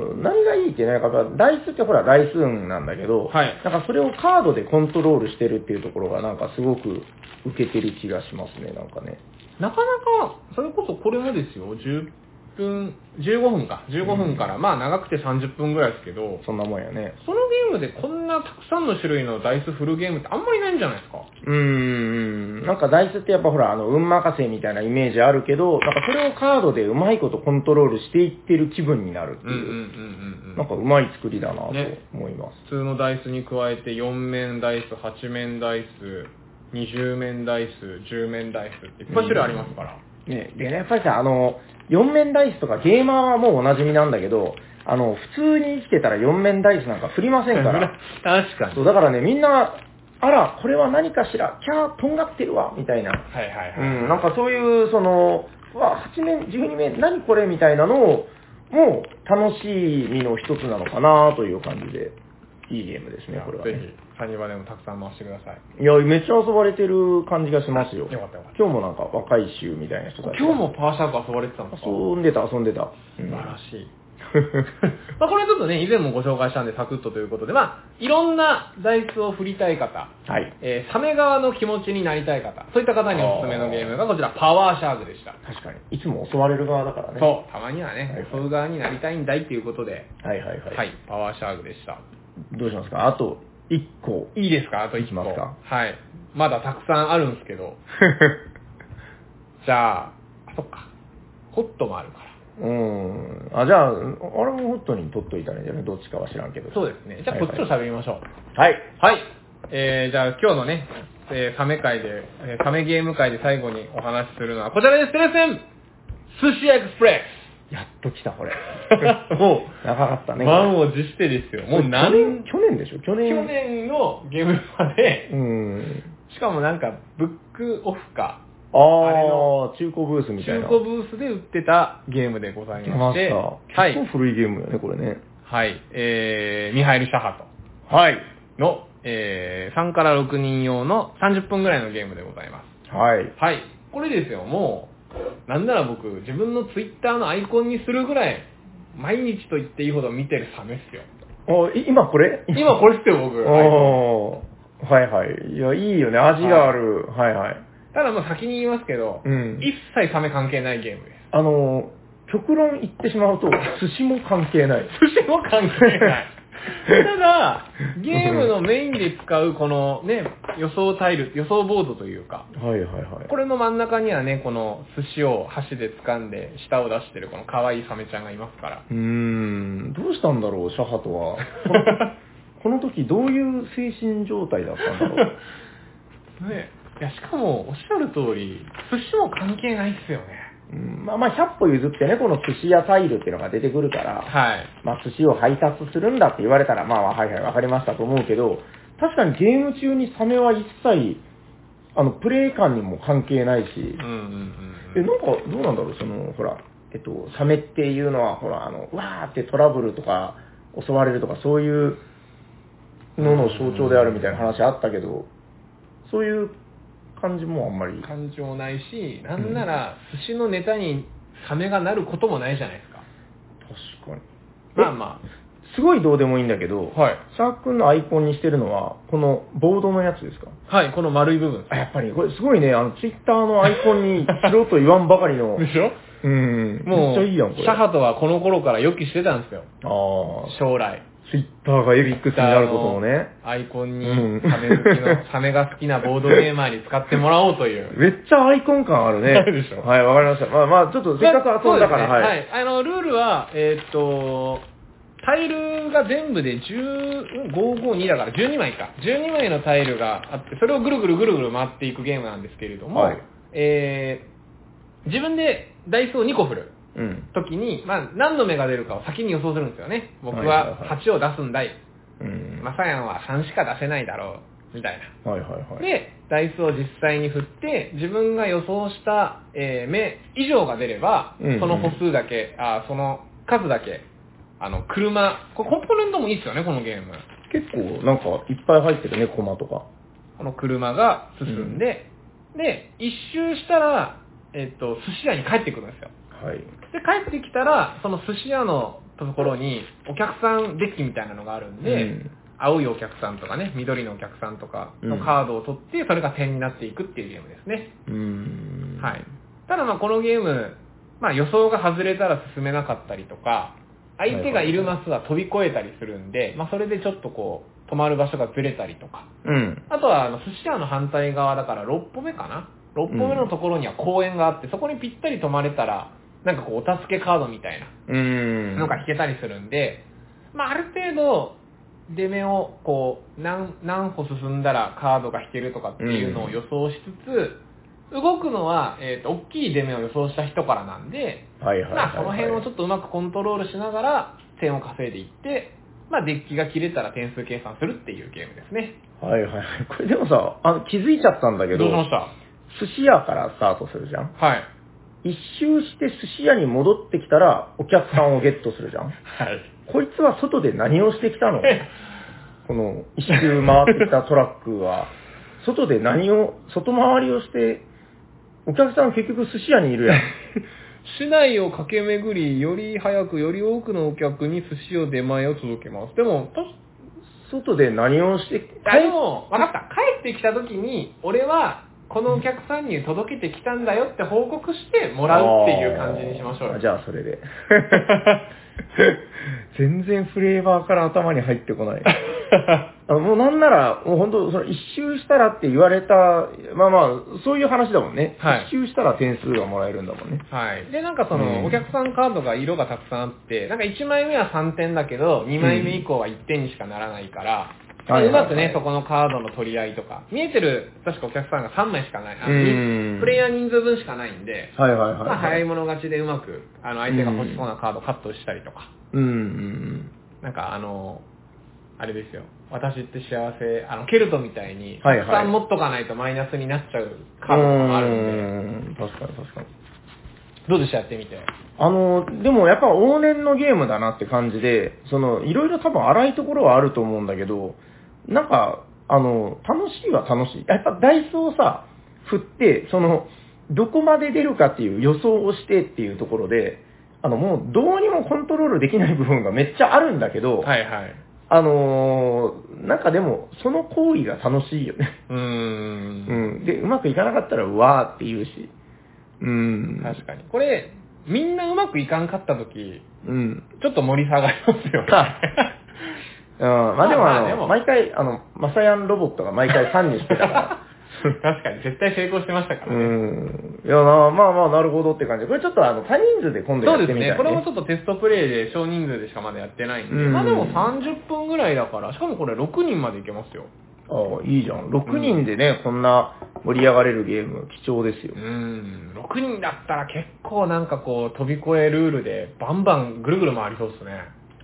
ー何がいいってね、かダイスってほら、ダイス運なんだけど、はいなんかそれをカードでコントロールしてるっていうところが、なんかすごく受けてる気がしますね、なんかね。なかなか、それこそこれもですよ、10分、15分か、15分から、まあ長くて30分ぐらいですけど、そんなもんやね。そのゲームでこんなたくさんの種類のダイス振るゲームってあんまりないんじゃないですかうーん、なんかダイスってやっぱほら、あの、運任せみたいなイメージあるけど、なんかそれをカードでうまいことコントロールしていってる気分になるってうんうんいう、うんうんなんかうまい作りだなとね思います。普通のダイスに加えて4面ダイス8面ダイス20面ダイス10面ダイスっていっぱい種類ありますから、ね、でね、やっぱりさ、あの、4面ダイスとかゲーマーはもうおなじみなんだけど、あの、普通に生きてたら4面ダイスなんか振りません [LAUGHS] から。確かにそう、だからね、みんな、あら、これは何かしら、キャー、とんがってるわ、みたいな。はいはいうはい、ん、なんかそういう、その、うわ、8面、12面、何これみたいなのを、もう、楽しみの一つなのかなという感じで。いいゲームですね、これは、ね。ぜひ、サニバでもたくさん回してください。いや、めっちゃ遊ばれてる感じがしますよ。よかったよかった今日もなんか若い衆みたいな人たちが。今日もパワーシャーク遊ばれてたんですか遊んでた、遊んでた。う素晴らん、し [LAUGHS] い。まあこれはちょっとね、以前もご紹介したんで、サクッとということで、まあ、いろんなダイスを振りたい方、はい。えーサメ側の気持ちになりたい方、そういった方におすすめのゲームがこちら、パワーシャークでした。確かに。いつも襲われる側だからね。そう、たまにはね、はい襲う側になりたいんだいっていうことで、う。はいはいは。はいい、パワーシャークでした。どうしますかあと1個。いいですかあと1個。いきますかはい。まだたくさんあるんですけど、 [LAUGHS] じゃあ、あ、そっか。ホットもあるから。うん。あ、じゃあ、あれもホットに取っといたらいいんじゃないどっちかは知らんけど。そうですね。じゃあ、こっちを喋りましょう。はい。はい。えー、じゃあ今日のね、えー、サメ会で、えー、サメゲーム会で最後にお話しするのはこちらです。テレセン寿司エクスプレ。やっと来た、こ [LAUGHS] れ [LAUGHS] もう、長かっスたね。満を持してですよ。もう何去年年去年でしょ去去年。年のゲームまで、うん。しかもなんか、ブックオフか、ああれあー、中古ブースみたい中な。古ブースで売ってたゲームでござい出ままして、した。はい結構。古いゲームよね、これね。はい。えー、ミハイル・シャハト。はい。の、えー、3から6人用の30分ぐらいのゲームでございまはい。す。はい。これですよ、もう、なんなら僕、自分のツイッターのアイコンにするぐらい、毎日と言っていいほど見てるサメっ [LAUGHS] すよ。おい今これ今これっすよ、僕。おーはいはい。いや、いいよね。味がある。はい、はい、ただもう先に言いますけど、うん一切サメ関係ないゲームであのー、極論言ってしまうと、寿司も関係ない。す。寿司も関係ない。ただ、ゲームのメインで使うこのね、予想タイル、予想ボードというか、はいはいはい。これの真ん中にはね、この寿司を箸で掴んで舌を出してるこの可愛いサメちゃんがいますから。うーん、どうしたんだろう、シャハ [LAUGHS] トは。このこの時、どういう精神状態だったんだろう。ねいや、しかもおっしゃる通り、寿司も関係ないっすよね。うんまあまあ、100歩譲ってね、この寿司屋タイルっていうのが出てくるから、はい。まあ、寿司を配達するんだって言われたら、まあ、はいはい、わかりましたと思うけど、確かにゲーム中にサメは一切、あの、プレイ感にも関係ないし、うんうんうえ、んなんか、どうなんだろう、その、ほら、えっと、サメっていうのは、ほら、あの、わーってトラブルとか、襲われるとか、そういうのの象徴であるみたいな話あったけど、そういう感じもあんまりうん。。感情ないし、なんなら寿司のネタにサメがなることもないじゃないですか。確かに。まあますごいどうでもいいんだけど、あ。はい。シャーク君のアイコンにしてるのは、このボードのやつですかはい、この丸い部分。あやっぱり、これすごいね、あの、ツイッターのアイコンにしろと言わんばか [LAUGHS] りの、でしょうん、めもう、っちゃいいやん、こシれ。ャハトはこの頃から予期してたんですよ。ああ、将来。ツイッターがエビックスになることもね。アイコンにうんサメ好き [LAUGHS] の、サメが好きなボードゲーマーに使ってもらおうという。めっちゃアイコン感あるね。あるでしょはい、わかりました。まあまあ、ちょっとせっかく遊んだから、そうですねはい。あの、ルールは、えーっと、タイルが全部で10、552だから12枚か。12枚のタイルがあって、それをぐるぐるぐるぐる回っていくゲームなんですけれども、はいえー自分でダイスを2個振る。うん。時に、まあ、何の目が出るかを先に予想するんですよね。僕はいはいははい8を出すんだい。うん。マサヤンは3しか出せないだろう。みたいな。はいはいはい。で、ダイスを実際に振って、自分が予想した、えー目以上が出れば、うんうんその歩数だけ、あーその数だけ、あの、車、これコンポーネントもいいですよね、このゲーム。結構、なんか、いっぱい入ってるね、コマとか。この車が進んで、で、一周したら、えっと、寿司屋に帰ってくるんですよ。はい。で、帰ってきたら、その寿司屋のところに、お客さんデッキみたいなのがあるんで、うん青いお客さんとかね、緑のお客さんとかのカードを取って、それが点になっていくっていうゲームですね。うーん。はい。ただまあこのゲーム、まあ予想が外れたら進めなかったりとか、相手がいるマスは飛び越えたりするんで、まあそれでちょっとこう、止まる場所がずれたりとか。うん。あとはあの寿司屋の反対側だから6歩目かな ?6 歩目のところには公園があって、そこにぴったり止まれたら、なんかこうお助けカードみたいなうーん。のが引けたりするんで、まあある程度、出目をこう何何歩進んだらカードが引けるとかっていうのを予想しつつ、動くのは、えー、と大きい出目を予想した人からなんで、はいはいはい、はい。まあ、その辺をちょっとうまくコントロールしながら点を稼いでいって、まあ、デッキが切れたら点数計算するっていうゲームですね。はいはいはい。これでもさ、あの気づいちゃったんだけど、どうしました寿司屋からスタートするじゃん。はい。一周して寿司屋に戻ってきたら、お客さんをゲットするじゃん。はい。こいつは外で何をしてきたのこの一周回ってきたトラックは、外で何を、外回りをして、お客さん結局寿司屋にいるやん。 [LAUGHS] 市内を駆け巡り、より早く、より多くのお客に寿司を出前を届けます。でも、た外で何をして、あでも、わかった。帰ってきた時に、俺は、このお客さんに届けてきたんだよって報告してもらうっていう感じにしましょうあーよ。じゃあ、それで。 [LAUGHS] 全然フレーバーから頭に入って [LAUGHS] こない。あもうなんなら、もう本当、その一周したらって言われた、まあまあ、そういう話だもんね。はい一周したら点数がもらえるんだもんね。はい。で、なんかその、うんお客さんカードが色がたくさんあって、なんか1枚目は3点だけど、2枚目以降は1点にしかならないから、はいはういはいまくね、そこのカードの取り合いとか、見えてる、確かお客さんが3枚しかない、あうんプレイヤー人数分しかないんで、はいはいはい、まあ、早い者勝ちでうまく、あの、相手が欲しそうなカードをカットしたりとか、うんうんなんかあの、あれですよ。私って幸せ、あの、ケルトみたいに、はいはいたくさん持っとかないとマイナスになっちゃううん。カードとかもあるんで、うーん確かに確かに。どうでしたやってみて。あの、でもやっぱ往年のゲームだなって感じで、その、いろいろ多分荒いところはあると思うんだけど、なんか、あの、楽しいは楽しい。やっぱダイスをさ、振って、その、どこまで出るかっていう予想をしてっていうところで、あの、もうどうにもコントロールできない部分がめっちゃあるんだけど、はいはい。あのーなんかでも、その行為が楽しいよね。うーん。うん。で、うまくいかなかったら、うわーって言うし。うん。確かに。これ、みんなうまくいかんかった時、うん。ちょっと盛り下がりますよね。あまあでも、まあまああのでも毎回、あの、マサヤンロボットが毎回3にしてた [LAUGHS] から。 [LAUGHS] 確かに、絶対成功してましたかうらね。ん。いやな、まあまあ、なるほどって感じ。これちょっと、あの、他人数で今度そやうでってすみたい、ね。これもちょっょっとテストプレイで少人数でしかまだやってないんで、うんまあでも30分ぐらいだから、しかもこれ6人までいけますよ。と。ああ、いいじゃん。6人でね、こんな盛り上がれるゲーム、貴重ですよう。ん、6人だったら結構なんかこう飛び越えルールでバンバンぐるぐる回りそうですね。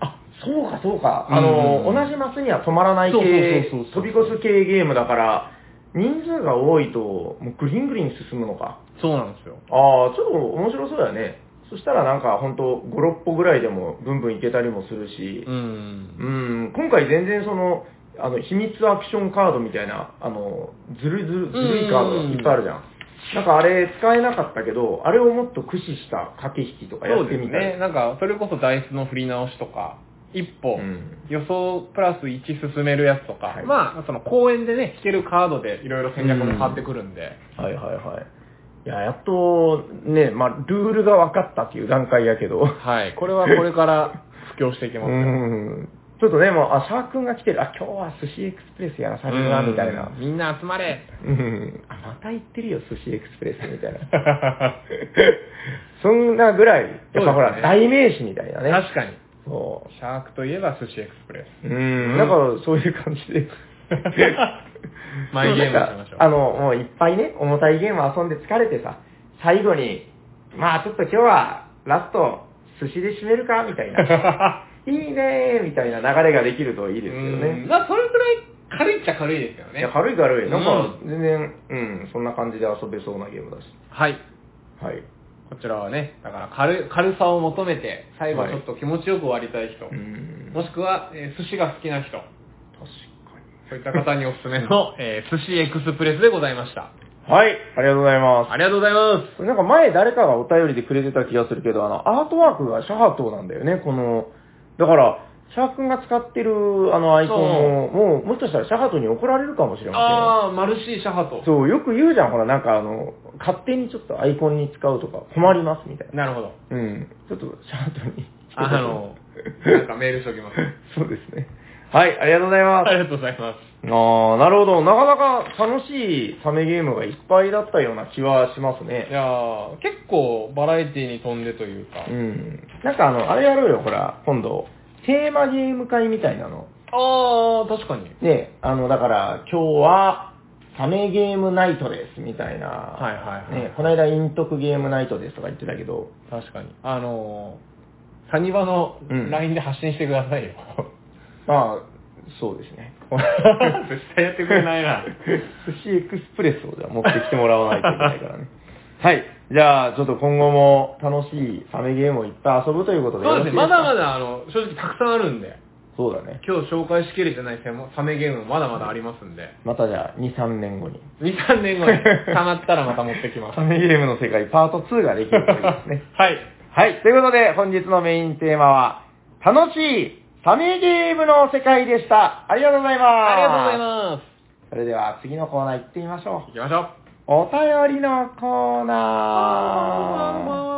あ、そうかそうか。うんあの、同じマスには止まらない系そうそうそう、そ飛うび越す系ゲームだから、人数が多いと、もうグリングリン進むのか。そうなんですよ。ああ、ちょっと面白そうだよね。そしたらなんかほんと5、6歩ぐらいでもブンブンいけたりもするしう、。うんん、今回全然その、あの、秘密アクションカードみたいな、あの、ずるいずる、ずるいカードがいっぱいあるじゃん。なんかあれ使えなかったけど、あれをもっと駆使した駆け引きとかやそうってですみたい。ね。なんかそれこそダイスの振り直しとか、一歩、うん予想プラス1進めるやつとか、はいまあその公園でね、引けるカードでいろいろ戦略も変わってくるんで。はいはいはい。いや、やっと、ね、まあ、ルールが分かったっていう段階やけど。はい。これはこれから [LAUGHS] 布教していきうますよ。 [LAUGHS] ん。ちょっとね、もう、あ、シャー君が来てる。あ、今日は寿司エクスプレスやらされるな、みたいなうん。みんな集まれうん。あ、また行ってるよ、寿司エクスプレス、みたいな。 [LAUGHS] そんなぐらい、やっぱほそうですら、ね代名詞みたいなね。確かに。そシャークといえば寿司エクスプレス。う。うん。だから、そういう感じで。マイゲームにしなんましょかう。あの、もういっぱいね、重たいゲーム遊んで疲れてさ、最後に、まあちょっと今日はラスト、寿司で締めるかみたいな。いいねーみたいな流れができるといいですようんね。まあ、それくらい軽いっちゃ軽いですよいねや。軽い軽い。なんか、う全然、うん、そんな感じで遊べそうなゲームだし。はい。はい。こちらはね、だから軽い軽さを求めて、最後はいちょっと気持ちよく終わりたい人、うん。もしくは、えー寿司が好きな人、確かそういった方におすすめの、えー寿司エクスプレスでございました。に。はい、ありがとうございます。ありがとうございまこれなんか前誰かがお便りでくれてた気がするけど、あの、アートワークがシャハトなんだよね、この、だから、シャー君が使ってるあのアイコンも、もう、もしかしたらシャハトに怒られるかもしす。れまあー、マルシーシャハせん。ト。そう、よく言うじゃん、ほら、なんかあの、勝手にちょっとアイコンに使うとか、困りますみたいな。なるほど。うん。ちょっと、シャハトに。あの、なんかメールしときます。 [LAUGHS] そうですね。はい、ありがとうございます。ありがとうございます。あー、なるほど。なかなか楽しいサメゲームがいっぱいだったような気はしますねい。やー、結構バラエティに富んでというか。うん。なんかあの、あれやろうよ、ほら、今度、テーマゲーム会みたいなの。あー、確かに。ね、あの、だから、今日は、サメゲームナイトです、みたいな。はいはいはいね、この間、イントクゲームナイトですとか言ってたけど、確かに。あのー、サニバのうん LINE で発信してくださいよ。まあ、そうですね。絶対やってくれないな。寿司エクスプレスをじゃあ持ってきてもらわないといけないからね。はい。じゃあ、ちょっと今後も楽しいサメゲームをいっぱい遊ぶということでそうですね、まだまだ。だ、あの、正直たくさんあるんで。そうだね。今日紹介しきれてないサメサメゲームまだまだありますんで。またじゃあ、2、3年後に。 2、3年後に溜まったらまた持ってき [LAUGHS] ます。サメゲームの世界パート2ができるといいですね。はい。はい。ということで、本日のメインテーマは、楽しいサメゲームの世界でした。ありがとうございます。。ありがとうございますそれでは、次のコーナー行ってみましょす。行きましょう。う。お便りのコーナー。は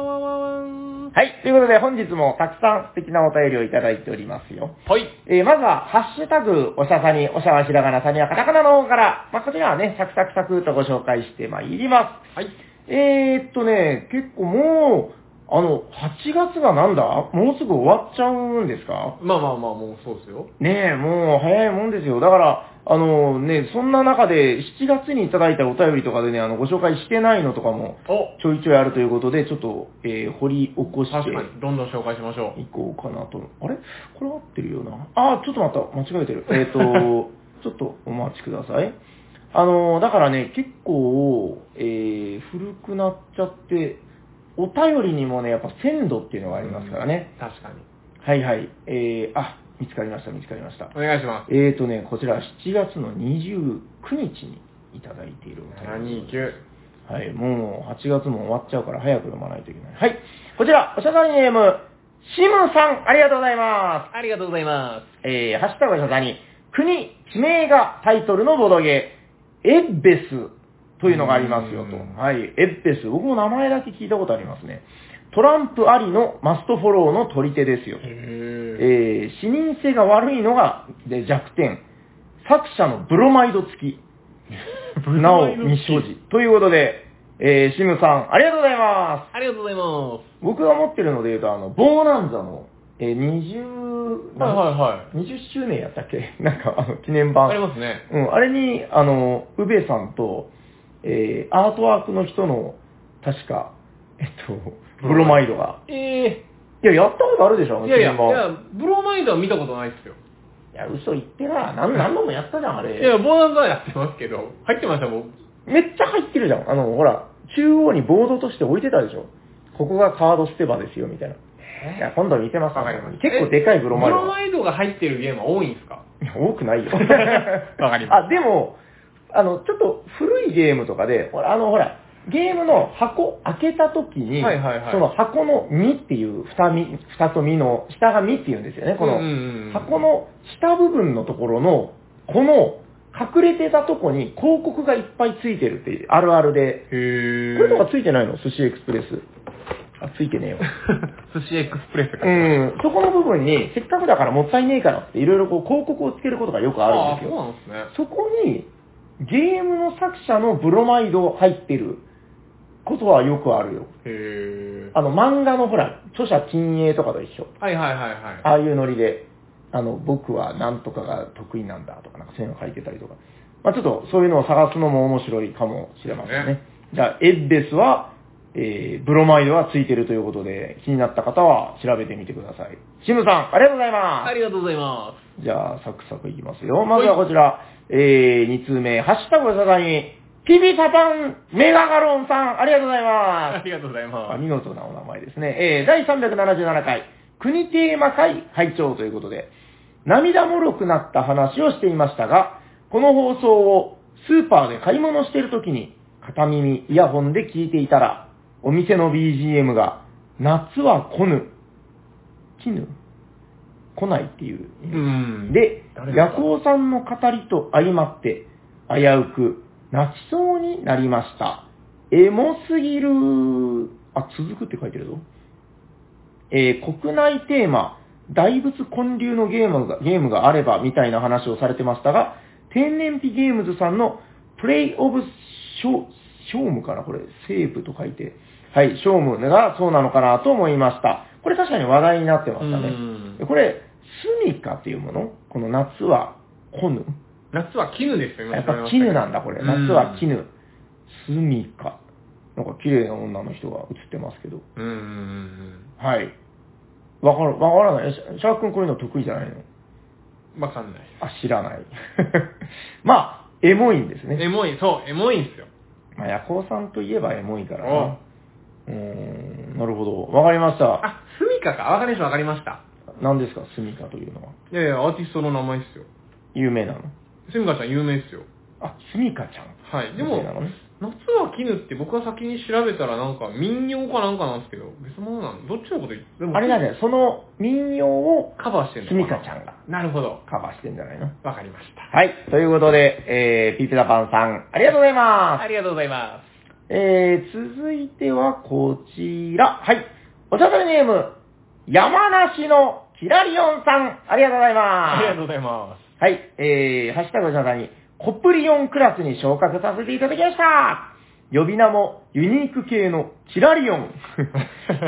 はい。ということで、本日もたくさん素敵なお便りをいただいておりますよ。い。えーまずは、ハッシュタグ、おしゃさに、おしゃはひらがな、さにはカタカナの方から、まあ、こちらはね、サクサクサクとご紹介してまいりまはい。す。えー、っとね、結構もう、あの、8月がなんだもうすぐ終わっちゃうんですかまあまあまあ、もうそうですよ。ねえ、もう早いもんですよ。だから、あのね、そんな中で、7月にいただいたお便りとかでね、あの、ご紹介してないのとかも、おちょいちょいあるということで、ちょっと、えー掘り起こして、確かに、どんどん紹介しましょう。行こうかなと。あれこれ合ってるよな。あー、ちょっと待った。間違えてる。えっ、 [LAUGHS] と、ちょっとお待ちください。あのーだからね、結構、えー、古くなっちゃって、お便りにもね、やっぱ鮮度っていうのがありますからね。うん。確かに。はいはい。えー、あ、見つかりました、見つかりました。お願いします。えーとね、こちら7月の29日にいただいているお便りです729。はい、もう8月も終わっちゃうから早く読まないといけない。はい、こちら、おしゃさにネーム、シムさん、ありがとうございま。ありがとうございますえー、ハッシュタグおしゃさに、国、地名がタイトルのボドゲ、エッベスというのがありますよとうん。はい、エッベス、僕も名前だけ聞いたことありますね。トランプありのマストフォローの取り手ですよす。。へえ。えー視認性が悪いのがで弱点。作者のブロマイド付 [LAUGHS] き。なお、日照時。ということで、えーシムさん、ありがとうございま。ありがとうございます僕が持ってるので言うと、あの、ボーナンザの、えー20、す。はいはいは20周年やったっけ [LAUGHS] なんか、あの、記い。念あり版。ますね。うん、あれに、あの、宇部さんと、えーアートワークの人の、確か、えっと、ブロマイドが。ええ。いや、やったことあるでしょあのいやいや、記い念版や、ブロマイドは見たことないですよ。いや、嘘言ってな。何何度もやったじゃん、あれ。いや、ボーナンザやってますけど、入ってました、僕。めっちゃ入ってるじゃん。あの、ほら、中央にボードとして置いてたでしょ。ここがカード捨て場ですよ、みたいな。いや、今度見てます、わかりました結構でかいブロマイドブロマイドが入ってるゲームは多いんですかいや、多くないよ。わかりました [LAUGHS] あ、でも、あの、ちょっと古いゲームとかで、ほら、あの、ほら、ゲームの箱開けた時に、はいはいはいその箱の身っていう、蓋身、蓋と身の、下が身っていうんですよね、こうのんうんうん、箱の下部分のところの、この、隠れてたとこに広告がいっぱいついてるっていう、あるあるで。へこぇれとかついてないの寿司エクスプレス。あ、ついてねえよ。寿司エクスプレスがうん、そこの部分に、せっかくだからもったいねえからって、いろいろこう広告をつけることがよくあるんですそうよ。なんですね。そこに、ゲームの作者のブロマイド入ってることはよくあるよ。へぇあの、漫画のほら、著者禁煙とかと一緒。はいはいはいあはい。あいうノリで、あの、僕はなんとかが得意なんだとか、なんかそういうの書いてたりとか。まあちょっとそういうのを探すのも面白いかもしれませんね。ねじゃあ、エッベスは、えー、ブロマイドはついてるということで、気になった方は調べてみてください。シムさん、ありがとうございます。ありがとうございまじゃあ、サクサクいきますよ。まずはこちら、えー、2通目、ハッシュタグささに、ピピタパンメガガロンさん、ありがとうございす。ますあ。りがとうございあます。見事なお名前ですね。えー、第377回、国テーマ会会長ということで、涙もろくなった話をしていましたが、この放送をスーパーで買い物しているときに、片耳イヤホンで聞いていたら、お店の BGM が、夏は来ぬ、来ぬ来ないっていう意味うんで、誰ですヤかクオさんの語りと相まって、危うく泣きそうになりました。エモすぎる。あ、続くって書いてるぞ。えー国内テーマ、大仏建立のゲームが、ゲームがあれば、みたいな話をされてましたが、天然ピゲームズさんの、プレイオブショ、ショームかなこれ、セーブと書いて。はい、ショームがそうなのかなと思いました。これ確かに話題になってましたね。うんこれ、スミカというものこの夏は来ぬ。夏は絹ですよ、やっぱ絹なんだ、これ。夏はぬ。絹。スミカ。なんか綺麗な女の人が映ってますけど。うんうんうんはい。わかる、わからない。シャシャーク君こういうの得意じゃないのうん。わかんない。あ、知らない。 [LAUGHS] まあ、エモいんですね。エモい、そう、エモいんすよ。まあ、ヤコウさんといえばエモいからおな。うーん、なるほど。わかりました。あ、スミカか。わかりました、わかりました。何ですか、スミカというのは。いやいや、アーティストの名前っすよ。有名なのセミカちゃん有名っすよ。あ、スミカちゃん。はい。でも有名なのね、夏は絹って僕は先に調べたらなんか民謡かなんかなんですけど、別物なんどっちのこと言ってでもあれなんだよ、その民謡をカバーしてるのスミカちゃんがなるほど。カバーしてんじゃないのわかりました。はい、ということで、えー、ピーピラパンさん、ありがとうございます。ありがとうございまえー、続いてはこちら。はい。おしゃべりネーム、山梨のキラリオンさん、ありがとうございす。ます。ございまはい。えー、ハッシュタグおしゃべりに、コプリオンクラスに昇格させていただきました。呼び名もユニーク系のキラリオン。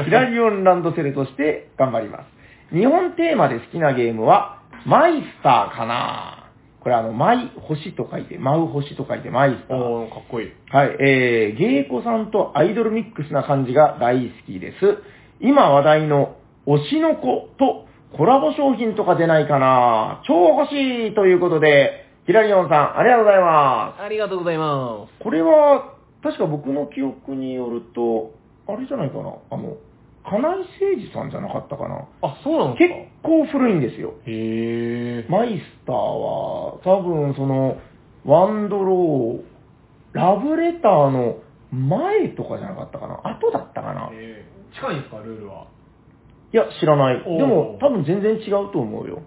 キラリオンランドセルとして頑張ります。日本テーマで好きなゲームは、マイスターかなこれあの、マイ星と書いて、舞う星と書いてマイスター。おー、かっこいい。はい、えー、芸妓さんとアイドルミックスな感じが大好きです。今話題の推しの子とコラボ商品とか出ないかな超欲しいということで、ヒラリオンさん、ありがとうございま。ありがとうございますこれは、確か僕の記憶によると、あれじゃないかなあの、金井誠司さんじゃなかったかなす。あ、そうなんです結か構古いんですよ。へえ。マイスターは、多分その、ワンドロー、ラブレターの前とかじゃなかったかな後だったかないへー近いんですか、ルールは。や、知らない。おーでも、多分全然違うと思うよ。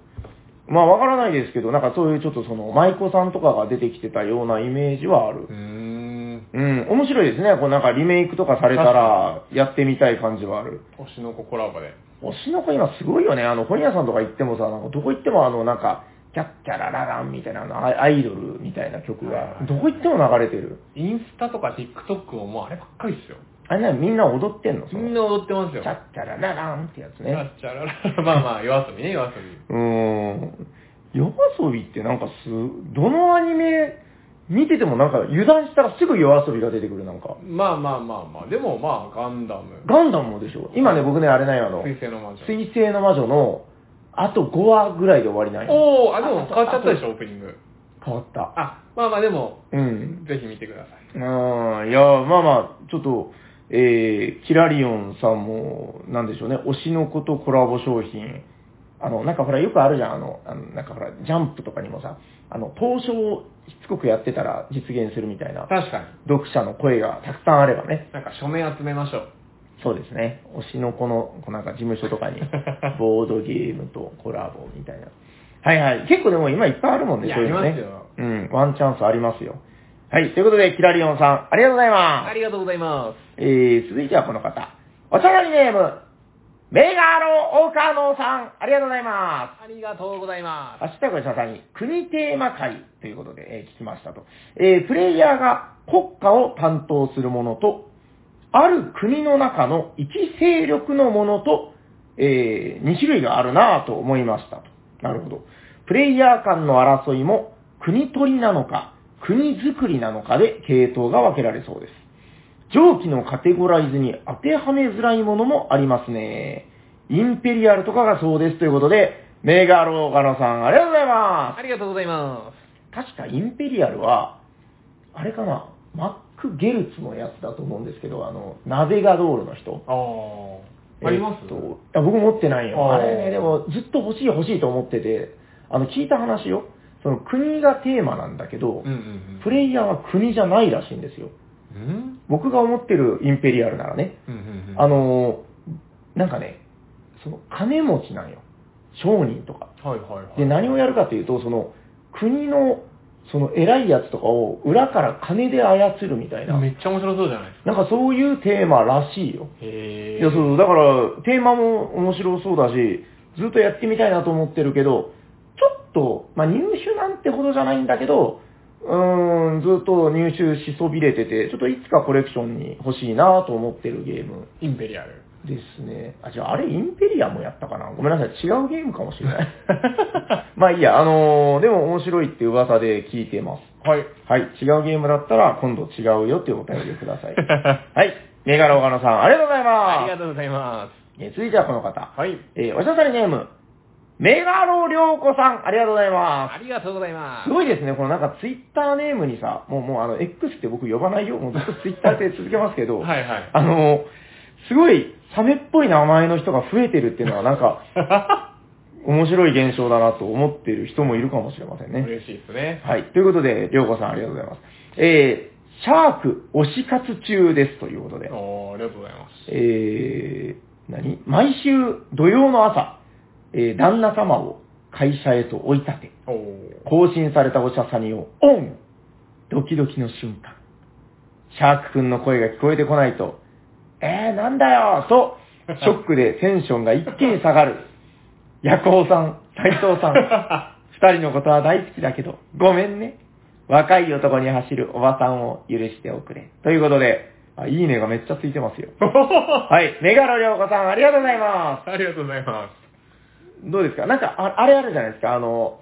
まあ、わからないですけど、なんかそういうちょっとその、舞妓さんとかが出てきてたようなイメージはあるう。ーん。うん、面白いですね。こうなんかリメイクとかされたら、やってみたい感じはある。推しの子コラボで。推しの子今すごいよね。あの、本屋さんとか行ってもさ、なんかどこ行ってもあの、なんか、キャッキャララランみたいな、あのアイアイドルみたいな曲はいはが、いどこ行っても流れてる。インスタとか TikTok ももうあればっかりっすよ。あれね、みんな踊ってんのそのみんな踊ってますキよ。ャッキャララランってやつチャね。ッチャララ。まあまあ、夜遊びね、夜遊び。うーん。夜遊びってなんかす、どのアニメ見ててもなんか油断したらすぐ夜遊びが出てくるなんか。まあまあまあまあ、でもまあ、ガンダム。ガンダムもでしょ今ね、僕ね、あれなんやあの、水星の魔女。水星の魔女の、あと5話ぐらいで終わりなんや。おおあ、でも変わっちゃったでしょ、オープニング。変わった。あ、まあまあ、でも、うん。ぜひ見てください。あーいやー、まあまあ、ちょっと、えー、キラリオンさんも、なんでしょうね、推しの子とコラボ商品。あの、なんかほら、よくあるじゃん、あの、あのなんかほら、ジャンプとかにもさ、あの、投書をしつこくやってたら実現するみたいな、確かに。読者の声がたくさんあればね。なんか署名集めましょう。そうですね。推しの子の、こうなんか事務所とか [LAUGHS] に、ボードゲームとコラボみたいな。はいはい。結構でも今いっぱいあるもんね、いやそういうのね。ありますようん、ワンチャンスありますよ。はい。ということで、キラリオンさん、ありがとうございます。りがとうございまえー、続いてはこの方。お茶のりネーム、メガロオカノさん、ありがとうございます。す。ありがとうございま明日ごちそうさんに、国テーマ会ということで、えー聞きましたと。えープレイヤーが国家を担当するものと、ある国の中の一勢力のものと、え2種類があるなぁと思いましたと。なるほど。プレイヤー間の争いも、国取りなのか、国づくりなのかで系統が分けられそうです。上記のカテゴライズに当てはめづらいものもありますね。インペリアルとかがそうですということで、メガローガノさん、ありがとうございます。ありがとうございま確かインペリアルは、あれかな、マック・ゲルツのやつだと思うんですけど、あの、ナベガドールのす。。人ああ。ありますえっと、いや僕持ってないよ。あーあれね、でもずっと欲しい欲しいと思ってて、あの、聞いた話よ。その国がテーマなんだけうんうど、んうん。プレイヤーは国じゃないらしいんですよ。うん僕が思ってるインペリアルならね、うんうんうん。あのーなんかね、その金持ちなんよ。商人とか。はいはいはい。で、何をやるかというと、その国のその偉いやつとかを裏から金で操るみたいな、めっちゃ面白そうじゃないですか。なんかそういうテーマらしいよ。へえ。いや、そう、だから、テーマも面白そうだし、ずっとやってみたいなと思ってるけど、ちょっと、まあ、入手なんてほどじゃないんだけど、うーん、ずっと入手しそびれてて、ちょっといつかコレクションに欲しいなと思ってるゲームインペリアル。ですね。あ、じゃあ、あれ、インペリアもやったかなごめんなさい、違うゲームかもしれない。 [LAUGHS] まあいいや、あのーでも面白いって噂で聞いてます。はい。はい、違うゲームだったら今度違うよっていうお便りをくだ [LAUGHS] さい。はい、メガロガノさん、ありがとうございます。ありがとうございまえー続いてはこの方。す。はい。えーおしゃさりネーム、メガロリョウコさん、ありがとうございま。ありがとうございますすす。ごいですね、このなんかツイッターネームにさ、もうもうあの、X って僕呼ばないよ、もうずっとツイッターで続けますけど、はいはい。あのーすごいサメっぽい名前の人が増えてるっていうのはなんか、面白い現象だなと思っている人もいるかもしれませんね。嬉しいですね。はい。ということで、りょうこさんありがとうございます。えー、シャーク推し活中ですということで。おーありがとうございます。えー、何毎週土曜の朝、えー、旦那様を会社へと追い立て、 [LAUGHS] お更新されたおしゃさにをオンドキドキの瞬間。シャークくんの声が聞こえてこないと、えー、なんだよと、ショックでテンションが一気に下がる。ヤコウさん、斎藤さん、二人のことは大好きだけど、ごめんね。若い男に走るおばさんを許しておくれ。ということで、あいいねがめっちゃついてますよ。ーはい。メガロリョウコさん、ありがとうございま。ありがとうございますどうですかなんか、ああれあるじゃないですか。あの、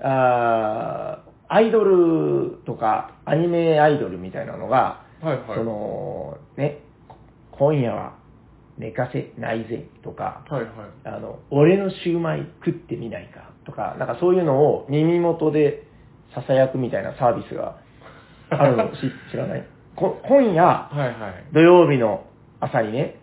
あーアイドルとか、アニメアイドルみたいなのが、す。はいはい。その、ね、こ今夜は寝かせないぜとか、はいはい。あの、俺のシューマイ食ってみないかとか、なんかそういうのを耳元で囁くみたいなサービスがあるのし [LAUGHS] 知らないこ今夜、はいはい。土曜日の朝にね、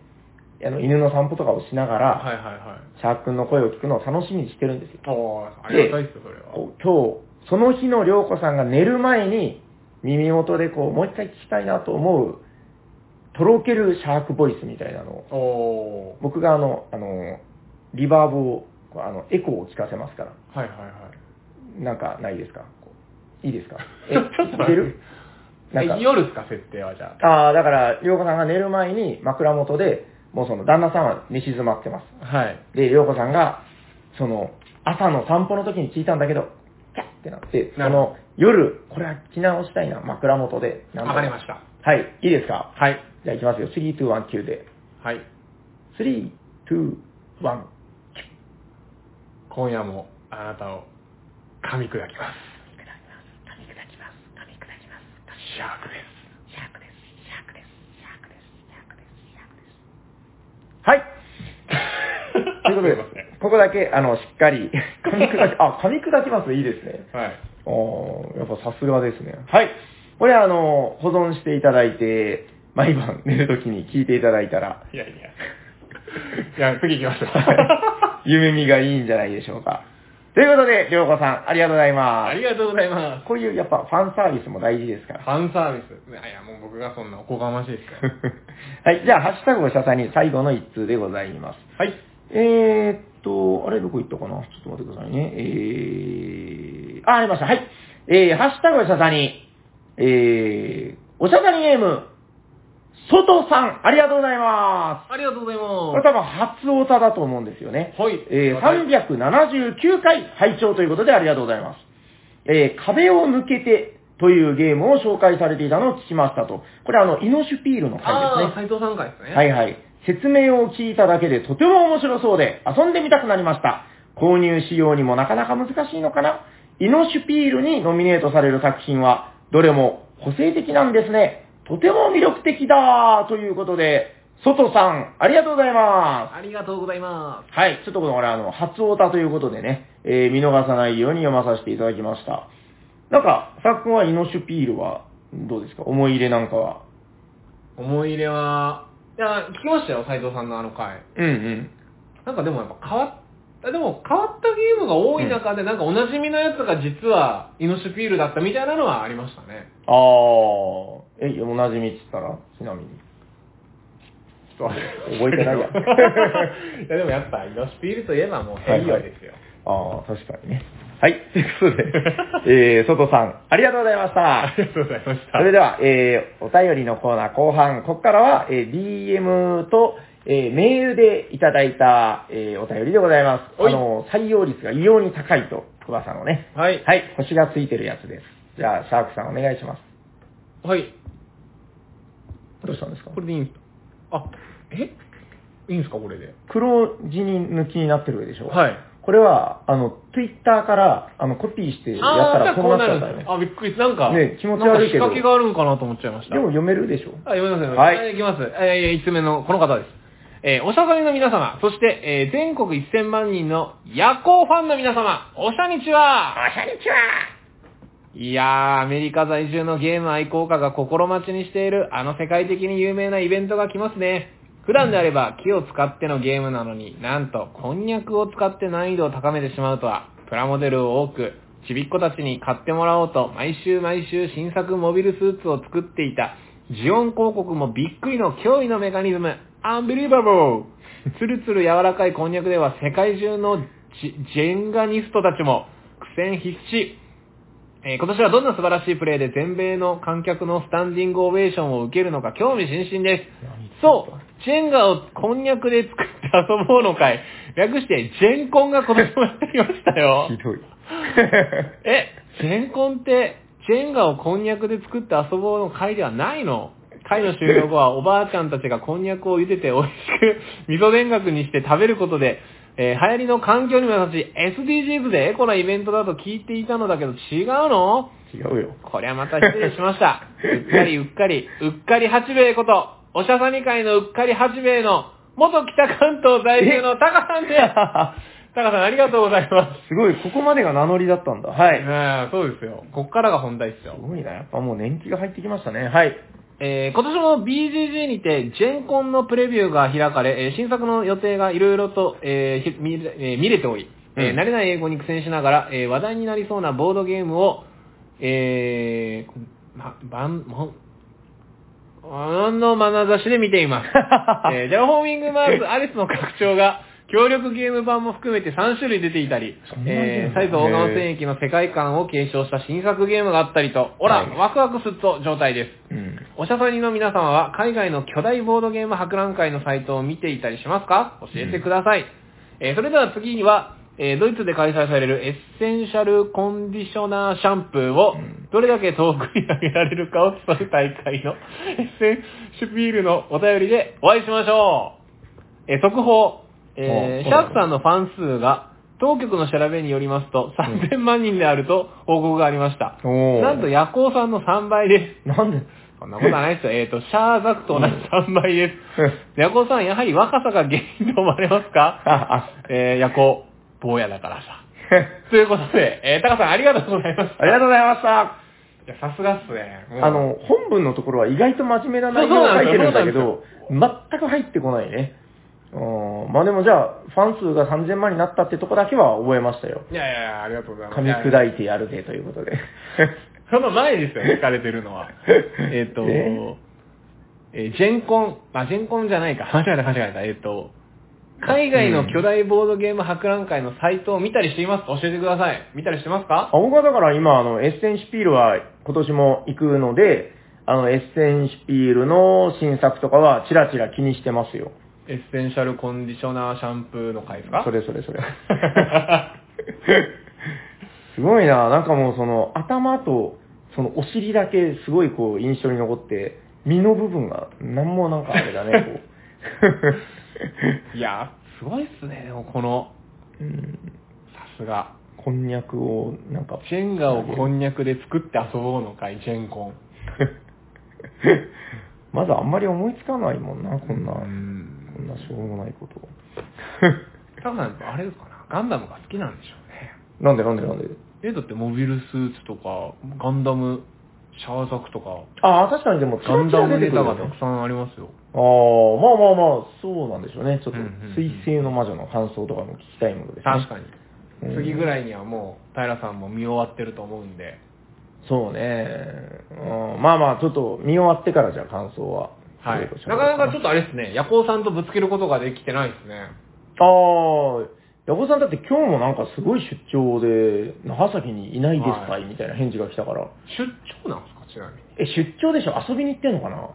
あの犬の散歩とかをしながら、はいはいはシャーク君の声を聞くのを楽しみにしてるんですよ。い。おーありがたいっすよ、それは。こう今日、その日の涼子さんが寝る前に、耳元でこう、もう一回聞きたいなと思う、とろけるシャークボイスみたいなのを、お僕があの、あの、リバーブを、こうあの、エコーを聞かせますから、ーはいはいはい。なんかないですかこういいですか [LAUGHS] え、ちょっとい待けってるなんかえ、夜っすか、設定はじゃああ、だから、涼子さんが寝る前に枕元で、もうその、旦那さんは寝静まってます。あ。はい。で、りょうこさんが、その、朝の散歩の時に聞いたんだけど、キャッってなって、そなるほの、夜、これは聞き直したいな、枕元で。わかりましした。た。はい、いいですかはい。じゃあ行きますよ。3、2、1、9で。はい。 3、2、1。今夜もあなたを噛み砕きます。シャークです。はい。とということで、ここだけ、あの、しっかり、噛み砕き、あ、噛み砕きますいいですね。はい。おーやっぱさすがですね。はい。これはあの、保存していただいて、毎晩寝るときに聞いていただいたら、いやい [LAUGHS] や。いや、次行 [LAUGHS] きましょう。夢見がいいんじゃないでしょうか。ということで、りょうこさん、ありがとうございまありがとうございますす。。こういう、やっぱ、ファンサービスも大事ですかフら。ァ [LAUGHS] ンサービス。いやいや、もう僕がそんなおこがましいですから。はい、じゃあ、ハッシュタグを車載に最後の一通でございます。 [LAUGHS] はい。えー、っと、あれ、どこ行ったかなちょっと待ってくださいね。えー、あ、ありました。はい。えー、ハッシュタグを車載に、えー、お車載にゲーム、ソトさん、ありがとうございます。ありがとうございこまれ多分初オタだと思うんですよね。はいえー379回拝聴ということでありがとうございます。えー壁を抜けてというゲームを紹介されていたのを聞きましたと。これあの、イノシュピールのす。あ回あー、ですね。斎藤さんからですね。はいはい。説明を聞いただけでとても面白そうで遊んでみたくなりました。購入しようにもなかなか難しいのかな。イノシュピールにノミネートされる作品はどれも個性的なんですね。とても魅力的だということで、ソトさん、ありがとうございます。ありがとうございまはい。ちょっとこれ、あの、初オタということでね、えー見逃さないように読まさせていただきました。なんか、さっくんはイノシュピールは、どうですか思い入れなんかは。す。思い入れは、いや、聞きましたよ、斎藤さんのあの回。うんうん。なんかでもやっぱ変わった、でも変わったゲームが多い中で、なんかおなじみのやつが実はイノシュピールだったみたいなのはありましたね。あー。え、おなじみっつったらちなみに。ちょっと覚えてないや [LAUGHS] いやでもやっぱイノシュピールといえばもうヘイヨーですよ。 [LAUGHS] あー、確かにね。はい。ということで、えー、ソトさん、ありがとうございました。りがとうございましそれでは、えー、お便りのコーナー後半、ここからは、えー、DM と、えー、メールでいただいた、えー、お便りでございます。はあいの、採用率が異様に高いと、噂のね。はい。はい、星がついてるやつです。じゃあ、シャークさんお願いします。はい。どうしたんですかこれでいいんですかあ、えいいんですかこれで。黒地に抜きになってるでしょい。はい。これは、あの、Twitter から、あの、コピーしてやったらこうなっちゃったよね。あ、びっくり。なんか、ね気持ち悪いけどなんか仕掛けがあるんかなと思っちゃいました。でも読めるでしょあ、読みますよ。はいい。きます。えー、5つ目のこの方です。えー、おしゃさりの皆様、そして、えー、全国1000万人の夜行ファンの皆様、おしゃにちはしゃにちはいやー、アメリカ在住のゲーム愛好家が心待ちにしている、あの世界的に有名なイベントが来ますね。普段であれば木を使ってのゲームなのになんとこんにゃくを使って難易度を高めてしまうとはプラモデルを多くちびっ子たちに買ってもらおうと毎週毎週新作モビルスーツを作っていたジオン広告もびっくりの驚異のメカニズムアンビリバボーつるつる柔らかいこんにゃくでは世界中のジジェンガニストたちも苦戦必至えー今年はどんな素晴らしいプレーで全米の観客のスタンディングオベーションを受けるのか興味津々です。そう、ジェンガをこんにゃくで作って遊ぼうの会。略して、ジェンコンが今年もやってきましたよ。ひどい。 [LAUGHS] え、ジェンコンって、ジェンガをこんにゃくで作って遊ぼうの会ではないの会の終了後はおばあちゃんたちがこんにゃくを茹でて美味しく味噌田楽にして食べることで、えー流行りの環境にも優しい SDGs でエコなイベントだと聞いていたのだけど違うの違うよ。こりゃまた失礼しました。うっかりうっかり、うっかり八兵衛こと、おしゃさみ会のうっかり八兵衛の、元北関東在住のタカさ [LAUGHS] んです。タカさんありがとうございます。すごい、ここまでが名乗りだったんだ。はい。ねえそうですよ。こっからが本題ですすよ。ごいな、やっぱもう年季が入ってきましたね。はい。えー今年も BGG にて、ジェンコンのプレビューが開かれ、えー新作の予定がいろいろと、えーひ見れえー見れており、えーうん慣れない英語に苦戦しながら、えー話題になりそうなボードゲームを、えー、ま、ばん、もん、あの眼差しで見てい [LAUGHS] ます。えー、ジャホーミングマークアリスの拡張が、協力ゲーム版も含めて3種類出ていたりそん、なにえー、サイズ大川へー戦役の世界観を継承した新作ゲームがあったりと、おら、はいワクワクすっと状態です。うん。おしゃさにの皆様は海外の巨大ボードゲーム博覧会のサイトを見ていたりしますか教えてください。えーそれでは次には、えードイツで開催されるエッセンシャルコンディショナーシャンプーをうんどれだけ遠くに上げられるかを競う大会のエッセンシュピールのお便りでお会いしましょう。えー速報、えーおシャークさんのファン数が当局の調べによりますと3000万人であると報告がありました。おーなんと夜行さんの3倍です。なんで [LAUGHS] そんなことはないですよ。えっ、と、シャーザクと同じ3倍です。ヤコウさん、やはり若さが原因と思われますかあ、あ、えー、ヤコウ、坊やだからさ。ということで、えー、タカさんありがとうございました。ありがとうございました。いや、さすがっすね。もうあ、の、本文のところは意外と真面目な内そう容そうがなん書ですいてよるんだけそうど、全く入ってこないね。うん。まあでもじゃあ、ファン数が3000万になったってとこだけは覚えましたよ。いやいやいや、ありがとうございます。噛みいやいや砕いてやるぜというこ [LAUGHS] とで。その前ですよ、聞かれてるのは。 [LAUGHS] えっと、ええージェンコン、あ、ジェンコンじゃないか。間違えた、間違えた。えっ、と、海外の巨大ボードゲーム博覧会のサイトを見たりしていますか教えてください。見たりしてますかあ、僕はだから今、あの、エッセンシュピールは今年も行くので、あの、エッセンシュピールの新作とかはチラチラ気にしてますよ。エッセンシャルコンディショナーシャンプーの回ですかそれそれそれ。う [LAUGHS] すごいな、なんかもうその頭とそのお尻だけすごいこう印象に残って、身の部分がなんもなんかあれだね、こ [LAUGHS] ん。いやー、すごいっすね、でもこの、う。 [LAUGHS] うん、さすが。こんにゃくをなんか。ジェンガをこんにゃくで作って遊ぼうの会、ジェンコン。まだあんまり思いつかないもんな、こんな、こんんなしょうもないこと。タカさん、あれですかな、ガンダムが好きなんでしょうね。なんでなんでなんでえ、だってモビルスーツとか、ガンダム、シャアザクとか、ああ、確かにでも、ガンダムネタがチラチラ出てくるたくよねさんありますよ。ああ、まあまあまあ、そうなんでしょうね。ちょっとうんうんうん、水星の魔女の感想とかも聞きたいものです、ね。確かに。うん次ぐらいにはもう、平さんも見終わってると思うんで。そうね、うん、まあまあ、ちょっと見終わってからじゃあ感想は。はい。ちょっとなかなかちょっとあれですね、夜行さんとぶつけることができてないですね。ああ、ヤコさんだって今日もなんかすごい出張で、那覇崎にいないですかはいいみたいな返事が来たから。出張なんですか、ちなみに。え、出張でしょ遊びに行ってんのかな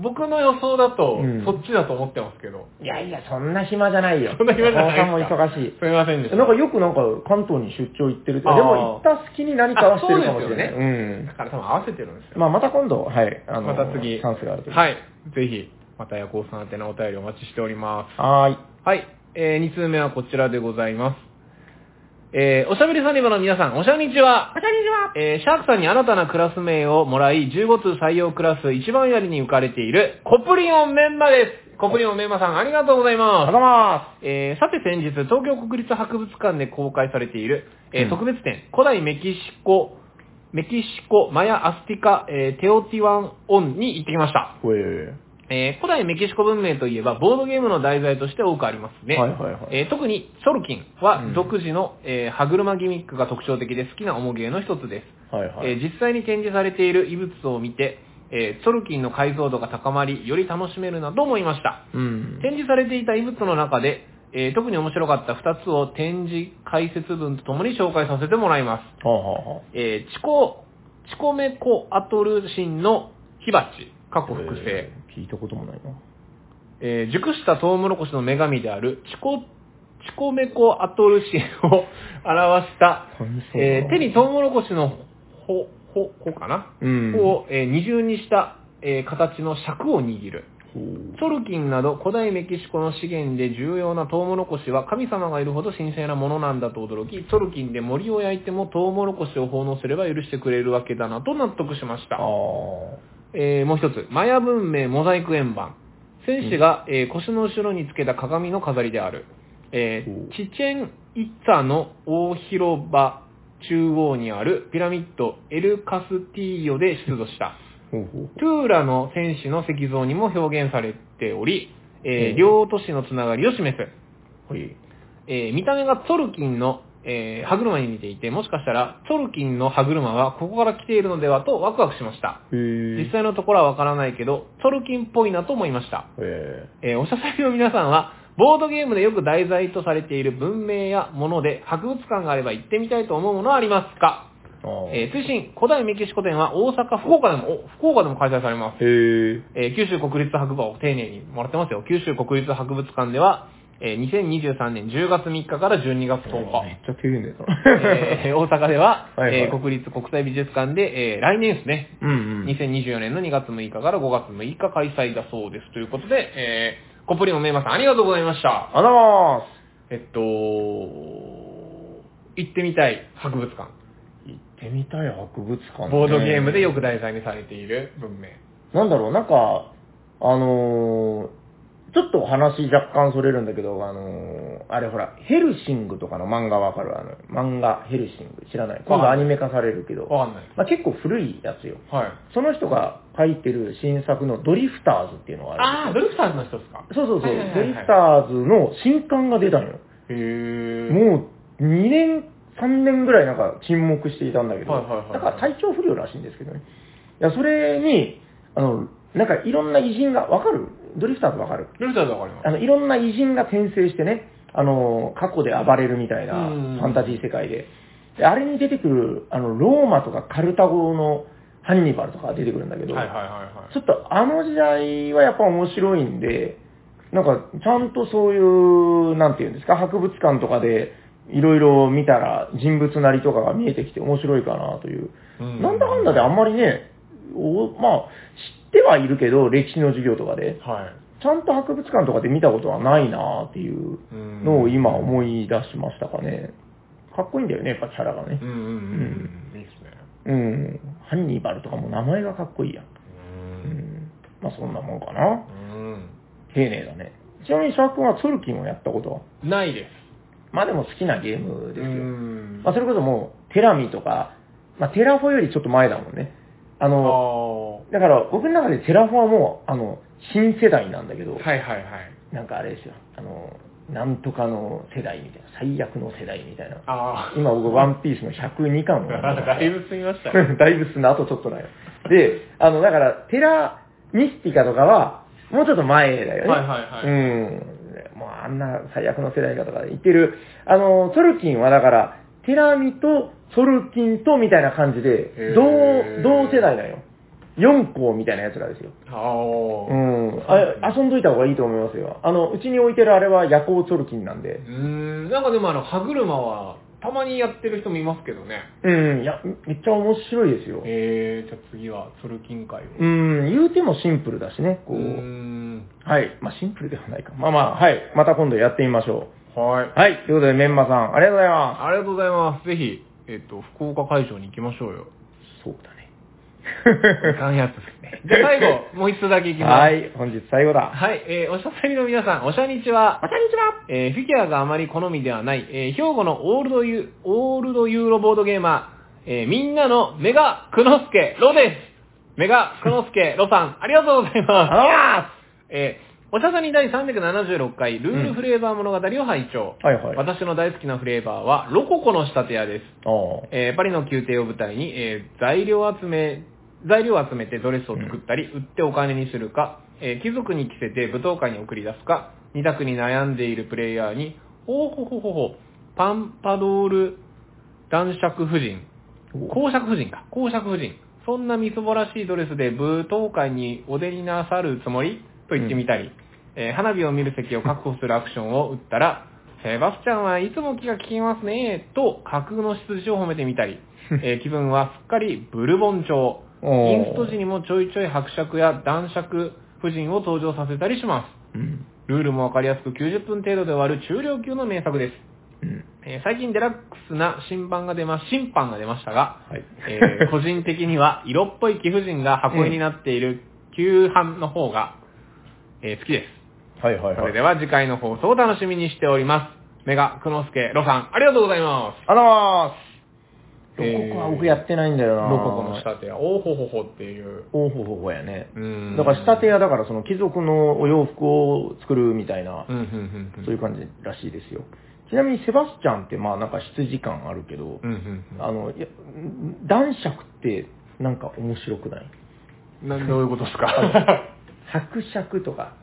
僕の予想だと、うんそっちだと思ってますけど。いやいや、そんな暇じゃないよ。そんな暇じゃないですかヤコさんも忙しい。すみませんでした。なんかよくなんか関東に出張行ってるって、であーも行った隙に何かはしてるかもしれない。あそううですだから多分合わせてるんですん。よ。まあまた今度、はい、あまの、た次。チャンスがあるとき。はい。ぜひ、また夜行さん宛てのお便りお待ちしております。はーい。はい。えー、2通目はこちらでございます。えー、おしゃべりサニバの皆さん、おしゃにちは。おしゃにちは。えー、シャークさんに新たなクラス名をもらい、15通採用クラス一番槍に浮かれている、コプリオンメンマです。コプリオンメンマさん、ありがとうございあますりがとうござい。まえーさて先日、東京国立博物館で公開されている、えーうん特別展、古代メキシコ、メキシコマヤアスティカ、えーテオティワンオンに行ってきました。す。ほえ。えー古代メキシコ文明といえば、ボードゲームの題材として多くありますね。はいはいはいえー特に、ソルキンはうん独自の、えー歯車ギミックが特徴的で好きな面芸の一つです。はいはい。えー実際に展示されている異物を見て、えーソルキンの解像度が高まり、より楽しめるなと思いました。うん。展示されていた異物の中で、えー特に面白かった2つを展示解説文とともに紹介させてもらいます。はあはあはあ。えーチコ、チコメコアトルシンの火鉢、過去複製え。ー聞いたこともないな。えー熟したトウモロコシの女神であるチコ、チコメコアトルシンを表した、楽しそうだなえー手にトウモロコシのほ、ほ、ほかな、うんを、えー二重にした、えー形の尺を握る。ほうソルキンなど古代メキシコの資源で重要なトウモロコシは神様がいるほど神聖なものなんだと驚き、ソルキンで森を焼いてもトウモロコシを奉納すれば許してくれるわけだなと納得しました。あえーもう一つ、マヤ文明モザイク円盤。戦士が、えー腰の後ろにつけた鏡の飾りである。えーおうチチェン・イッツァの大広場中央にあるピラミッドエル・カスティーヨで出土した。ーほうほう。トゥーラの戦士の石像にも表現されており、えーうん両都市のつながりを示す。はい。えー見た目がツォルキンの、えー歯車に似ていて、もしかしたらツォルキンの歯車はここから来ているのではとワクワクしました。へー実際のところはわからないけど、ツォルキンっぽいなと思いました。ええーおしゃさりの皆さんは、ボードゲームでよく題材とされている文明やもので博物館があれば行ってみたいと思うものはありますかー、あーえー推進、古代メキシコ展は大阪、福岡でも、お福岡でも開催されます。へえ。えー九州国立博物館を丁寧にもらってますよ。九州国立博物館では、えー2023年10月3日から12月10めっ日。ちゃ経験だよな。えー大阪では、はいはいえー国立国際美術館で、えー来年ですね、うんうん。 2024年の2月6日から5月6日開催だそうです。ということで、えーコップリのメイマさんありがとうございました。あざまーえっと、行ってみたい博物館。す。行ってみたい博物館、ね。ボードゲームでよく。題材にされている文明。なんだろう、なんか、あのー、ちょっと話若干それるんだけど、あのー、あれほら、ヘルシングとかの漫画わかるあの、漫画ヘルシング知らない。今度アニメ化されるけど、わかんない。まあ、結構古いやつよ。はい。その人が書いてる新作のドリフターズっていうのがある。あー、ドリフターズの人ですかそうそうそう、はいはいはいはいドリフターズの新刊が出たのよ。へー。もう2年、3年ぐらいなんか沈黙していたんだけど、はいはいはいはいだから体調不良らしいんですけどね。いや、それに、あの、なんかいろんな偉人が、わかるドリフターズわかるルルターズわかりますあ。の、いろんな偉人が転生してね、あの、過去で暴れるみたいな、うんうんうんファンタジー世界で。であれに出てくる、あの、ローマとかカルタゴのハンニバルとかが出てくるんだけど、はいはいはいはい。ちょっとあの時代はやっぱ面白いんで、なんかちゃんとそういう、なんていうんですか、博物館とかでいろいろ見たら人物なりとかが見えてきて面白いかなという。うんなんだかんだであんまりね、おまあ、知ってはいるけど、歴史の授業とかで、はい。ちゃんと博物館とかで見たことはないなっていうのを今思い出しましたかね。かっこいいんだよね、やっぱキャラがねうん。うんうんうん。いいっすね。うん。ハンニバルとかも名前がかっこいいやん。う。うんん。まあそんなもんかな。うん丁寧だね。ちなみにシャーク君はツォルキンをやったことはないです。まあでも好きなゲームですよ。んまあそれこそもう、テラミとか、まあテラフォよりちょっと前だもんね。ああの、あ。はだから僕の中でテラフォはもう、あの、新世代なんだけど、いはいはい。なんかあれですよ。あの、なんとかの世代みたいな、最悪の世代みたいな。あ今僕ワンピースの102巻を読んだあ。から [LAUGHS] だいぶ進みましたね。だいぶすな、あとちょっとだよ。で、あの、だから、テラミスティカとかは、もうちょっと前だよね。はいはいはいうん。もうあんな最悪の世代かとか言ってる。あの、ソルキンはだから、テラミとソルキンとみたいな感じでへ、ー同、同世代だよ。4校みたいなやつらですよ。ああ。うん。あ遊んどいた方がいいと思いますよ。あの、うちに置いてるあれは夜行ソルキンなんで。うーん、なんかでもあの、歯車は、たまにやってる人もいますけどね。うん。いや、めっちゃ面白いですよ。えー、じゃあ次は、ソルキン会を。うん。言うてもシンプルだしね。こう。ーん。はい。まあ、シンプルではないか。まあまあ、はい。また今度やってみましょはい。う。はい。ということで、メンマさん、ありがとうございまありがとうございます。ぜひ、えっ、と、福岡会場に行きましょうよ。す。そうだね。 [LAUGHS] い [LAUGHS] かんやつですね。じゃあ最後、もう一つだけいきます。ははい。い。本日最後だ。えー、おしゃべりの皆さん、おしゃにちは。またにちはえーフィギュアがあまり好みではない、えー兵庫のオールドユオールドユーロボードゲーマー、えーみんなのメ [LAUGHS] ガクノスケロです。メガクノスケロさん、ありがとうございます。ありがとうございますえーおしゃさに第376回、ルールフレーバー物語を拝聴、はいはい私の大好きなフレーバーは、ロココの仕立て屋です。ああ。えーパリの宮廷を舞台に、えー材料集め、材料を集めてドレスを作ったり、売ってお金にするか、えー貴族に着せて舞踏会に送り出すか、二択に悩んでいるプレイヤーに、おーほほほほ、パンパドール男爵夫人、公爵夫人か、公爵夫人、そんなみそぼらしいドレスで舞踏会にお出になさるつもりと言ってみたり、えー花火を見る席を確保するアクションを打ったら、セバスチャンはいつも気が利きますね、と架空の執事を褒めてみた [LAUGHS] り、えー気分はすっかりブルボン調。おーインスト時にもちょいちょい伯爵や男爵夫人を登場させたりしまうん。す。ルールもわかりやすく90分程度で終わる中量級の名作です。うん。えー最近デラックスな新版が出ま、新版が出ましたが、はいえー個人的には色っぽい貴婦人が箱絵になってい [LAUGHS] る旧版の方が、えー好きです。はいはいそはれいで。は次回の放送を楽しみにしております。メガ、クノスケ、ロさん、ありがとうございます。あらーえーす。ロココは僕やってないんだよな。ロココの仕立て屋、おーほほほっていう。おほほほやねう。んだから仕立て屋だからその貴族のお洋服を作るみたいなうん、、うん、うん。そういう感じらしいですよ。ちなみにセバスチャンってまあなんか羊感あるけど、うん、うんうん。あの、いや男爵ってなんか面白くないなんどういうことですか伯爵とか、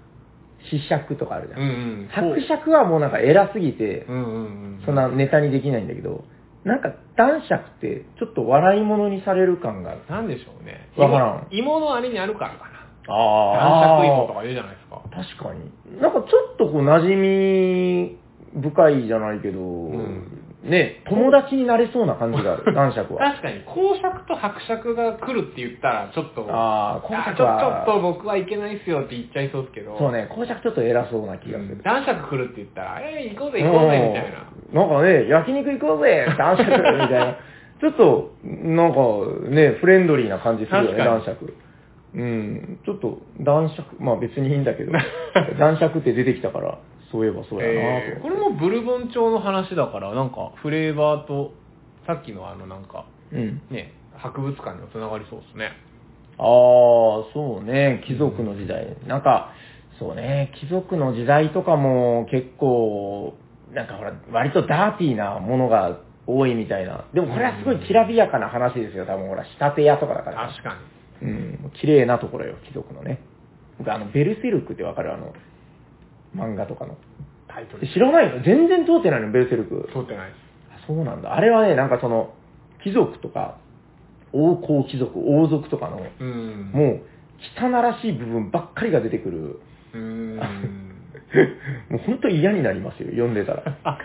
子爵とかあるじ [LAUGHS] ゃ。うんん、うん。伯爵はもうなんか偉すぎてう、ん、うん、うん。そんなネタにできないんだけど、なんか男爵ってちょっと笑い物にされる感がある。なんでしょうね。わからん芋のあれにあるからかな。あ男爵芋とか言うじゃないですか。確かに。なんかちょっとこう馴染み深いじゃないけど、んね、友達になれそうな感じがある、男爵は。確かに、公爵と伯爵が来るって言ったら、ちょっと、あー公 [LAUGHS] 爵あはちょちょっと僕はいけないっすよって言っちゃいそうですけど、そうね、公爵ちょっと偉そうな気がすうんる。男爵来るって言ったら、えー、行こうぜ行こうぜみたいな。うんなんかね、焼肉行こうぜ男爵みたい [LAUGHS] な。ちょっと、なんかね、フレンドリーな感じするよ確ね、かに男爵。うん、ちょっと男爵、まあ別にいいんだ [LAUGHS] けど、男爵って出てきたから、そういえばそうやなえーとこ思れって。もブルボン調の話だから、なんか、フレーバーと、さっきのあの、なんか、うん。ね、博物館にもつながりそうですね。ああ、そうね、貴族の時代。なんか、そうね、貴族の時代とかも結構、なんかほら、割とダーティーなものが多いみたいな。でもこれはすごいきらびやかな話ですよ、多分ほら、仕立て屋とかだから。確かに。うん、綺麗なところよ、貴族のね。僕、あの、ベルセルクってわかるあの、漫画とかの。タイトル。知らないの全然通ってないの、ベルセルク。通ってないです。あそうなんだ。あれはね、なんかその、貴族とか、王侯貴族、王族とかの、うん。う。もう、汚らしい部分ばっかりが出てく [LAUGHS] る。うーん。もう本当嫌になりますよ、読んでたら。あ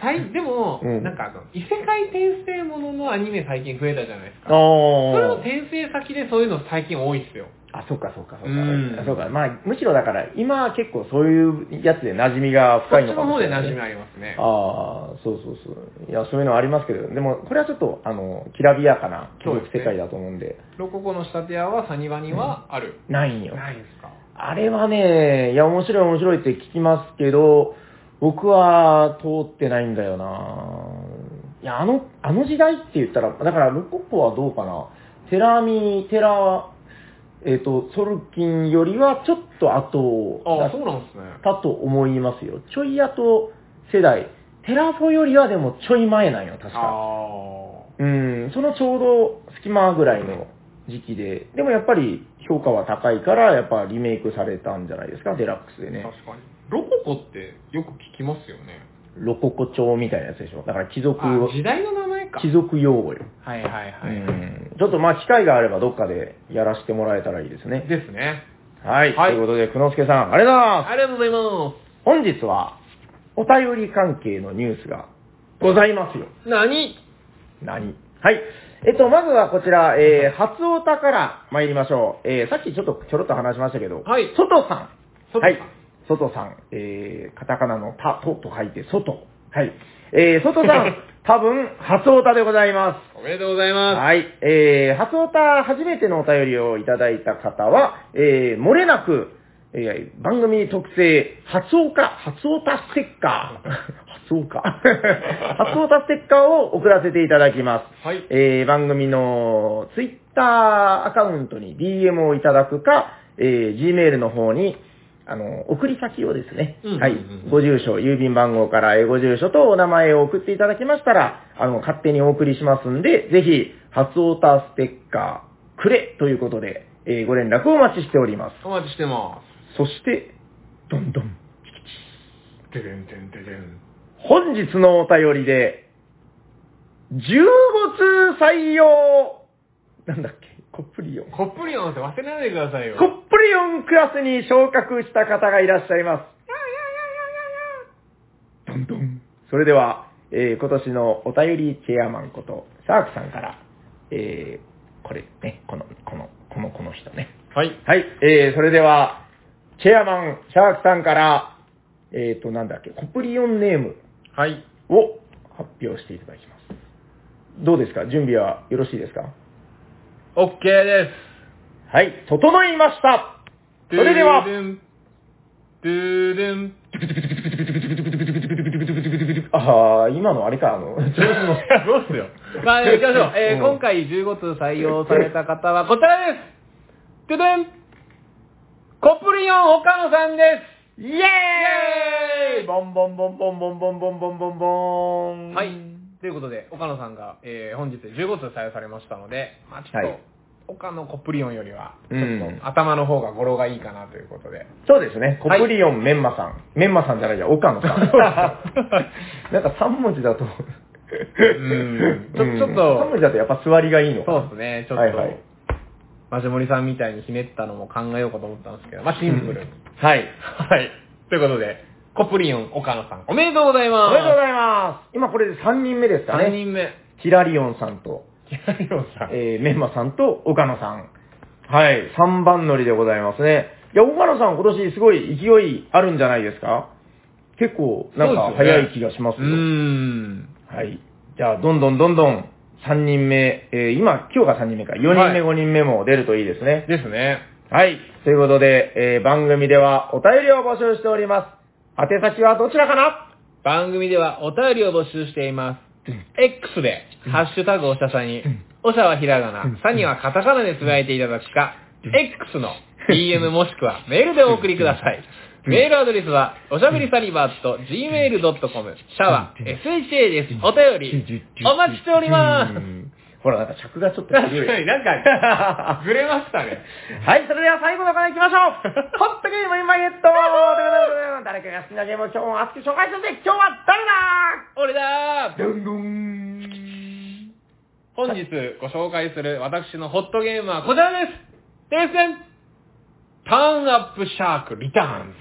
最でも、うんなんかあの、異世界転生もののアニメ最近増えたじゃないですか。それのあー転生先でそういうの最近多いっすよ。あ、そうかそうかそううか。んあそうか。まあ、むしろだから、今は結構そういうやつで馴染みがこ深っいちののかも方しでれない、馴染みありますね。ああ、そうそうそう。いや、そういうのはありますけど、でも、これはちょっと、あの、きらびやかな、教そうで育すね世界だと思うんで、ロココの仕立て屋はサニバニはある。ないんよ。ないですか。あれはね、いや、面白い面白いって聞きますけど、僕は通ってないんだよないや、あの、あの時代って言ったら、だから、ロココはどうかな。テラミ、テラ、えっ、と、ソルキンよりはちょっと後あだあ、そうなんですね。だと思いますよ。ちょい後世代。テラフォよりはでもちょい前なんよ、確あか。あ。うん、そのちょうど隙間ぐらいの時期で、でもやっぱり評価は高いから、やっぱリメイクされたんじゃないですか、デラックスでね。確かに。ロココってよく聞きますよね。ロココ調みたいなやつでしょ。だから貴族、あ、時代の名前か。貴族用語よ。はいはいはい。うん、ちょっとまあ機会があればどっかでやらせてもらえたらいいですね。ですね。はい。はいということで、くのすけさん、ありがとうございます。ありがとうございま本日は、お便り関係のニュースがございますよ。す。何何はい。えっと、まずはこちら、えー、初オタから参りましょう。えー、さっきちょっとちょろっと話しましたけど、はい外さん。外さんはい。外さん。えー、カタカナのタとと書いて、外。はい。えー、外さ [LAUGHS] ん、多分、初オタでございます。おめでとうございまはい。えー、初オタ初めてのお便りをいただいた方は、えー、漏れなく、えー、番組特製、初オタ、初オタステッカ [LAUGHS] ー。初オタ [LAUGHS] 初オタステッカーを送らせていただきます。はいえー、番組のツイッターアカウントに DM をいただくか、えー、Gmail の方に、あの、送り先をですね、うんはいうんうん、ご住所、郵便番号からえーご住所とお名前を送っていただきましたら、あの、勝手にお送りしますんで、ぜひ、初オーターステッカー、くれということで、えーご連絡をお待ちしております。お待ちしてまそして、どんどん、す。てれんてんてれん。本日のお便りで、15通採用なんだっけコップリオン。コップリオンって忘れないでくださいよ。コップリオンクラスに昇格した方がいらっしゃいます。どんどん。それでは、えー今年のお便りチェアマンこと、シャークさんから、えーこれね、この、この、この、この人ね。はい。はい、えー、それでは、チェアマン、シャークさんから、えっ、ー、と、なんだっけ、コップリオンネームはい。を発表していただきます。どうですか準備はよろしいですかオッケーです。はい、整いましたそれではドゥルン。ドゥルン。 [LAUGHS] ああ、今のあれか、あ [LAUGHS] の、上司の。どうっすよ。まあ、行きましょう。えーう今ん回15通採用された方はこちらです。ドゥドゥン。コップリオン岡野さんです。イエーイボンボンボンボンボンボンボンボンボンボン。はい。ということで、岡野さんが、えー本日15通採用されましたので、まあちょっと、はい岡野コップリオンよりは、ちうょっとん頭の方が語呂がいいかなということで。そうですね。コプリオンメンマさん。メンマさんじゃないじゃん、岡野さ [LAUGHS] ん。なんか3文字だと。んちょちょっと3文字だとやっぱ座りがいいのかそなうですね、ちょっと、はいはいマジモリさんみたいにひねったのも考えようかと思ったんですけど、まあシンプルに。はい。はい。ということで、コップリオン岡野さん、おめでとうございおます。めでとうございます。今これで3人目ですか3ね。人目。キラリオンさんと、キラリオンさん。えー、メンマさんと岡野さん。はい。3番乗りでございますね。いや、岡野さん今年すごい勢いあるんじゃないですか結構、なんかそうですよね早い気がしますうーよ。ん。はい。じゃあ、どんどんどんどん、3人目、えー今、今日が3人目か、4人目、はい5人目も出るといいですね。ですね。はい。ということで、えー番組ではお便りを募集しております。宛先はどちらかな番組ではお便りを募集しています。X で、ハッシュタグおしゃさに、おしゃはひらがな、さにはカタカナでつぶやいていただくか、X の DM もしくはメールでお送りください。メールアドレスは、おしゃべりサリバーと gmail.com、シャワー、sha です。お便り、お待ちしております。うんほら、なんか尺がちょっと確古い。かになんか、ずれましたね。はい、それでは最後のコーナー行きましょ [LAUGHS] うホットゲームインマイゲットということで誰かが好きなゲームを今日も熱く紹介して [LAUGHS] て、今日は誰だ俺だーどんどん本日ご紹介する私のホットゲームはこちらです停戦ターンアップシャークリターン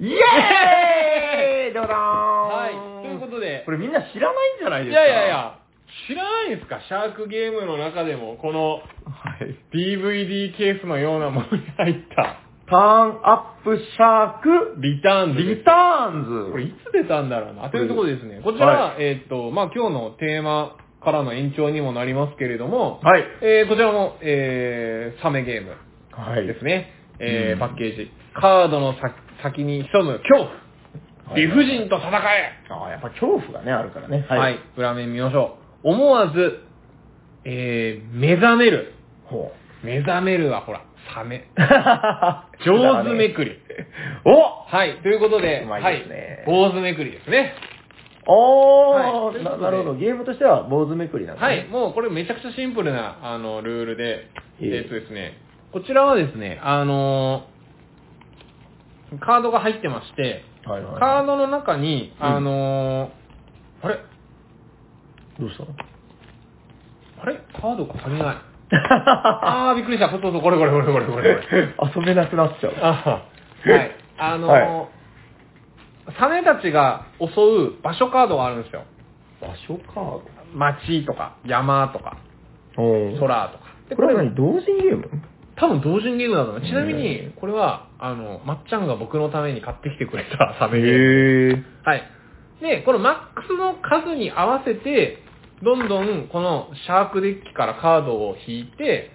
ズ [LAUGHS] イエーイどどーんはいということでこれみんな知らないんじゃないいですかやいやい。や、知らないですかシャークゲームの中でもこのはい。 DVD ケースのようなものに入ったターンアップシャーク、リターンズですリターンこれズ。いつ出たんだろうなというところですね。ここれちらは、はえーっと、まあ、今日のテーマからの延長にもなりますけれども、はいえーこちらも、えーサメゲームはいですね。えーうんパッケージ。カードのさ先に潜む恐怖。はい理不尽と戦え。ああ、やっぱ恐怖がね、あるからね。はい、裏面見ましょう。思わず、えー目覚める。 [LAUGHS] ほう。目覚めるはほら、サメ。上上手めくり。おはい、ということで、うまはいいですね、坊主めくりですね。おはいといー、うことなでなるほど。ゲームとしては坊主めくりなんですね。はい、もうこれめちゃくちゃシンプルなあのルールで、えええっとですね、こちらはですね、あのーカードが入ってまして、はいはいはいカードの中に、うんあのーあれどうしたのあれカードが足りない。あー、びっくりした。そうそう、これこれこれこれこれこれ。 [LAUGHS] 遊べなくなっちゃう。あーはい。あのーはサメたちが襲う場所カードがあるんですよ。場所カー街とか、山とか、ドおー空とか。でこれは何同人ゲーム多分同人ゲームだと思う。ちなみうにん、これは、あの、まっちゃんが僕のために買ってきてくれたサメゲーム。へー。はい。で、このマックスの数に合わせて、どんどんこのシャークデッキからカードを引いて、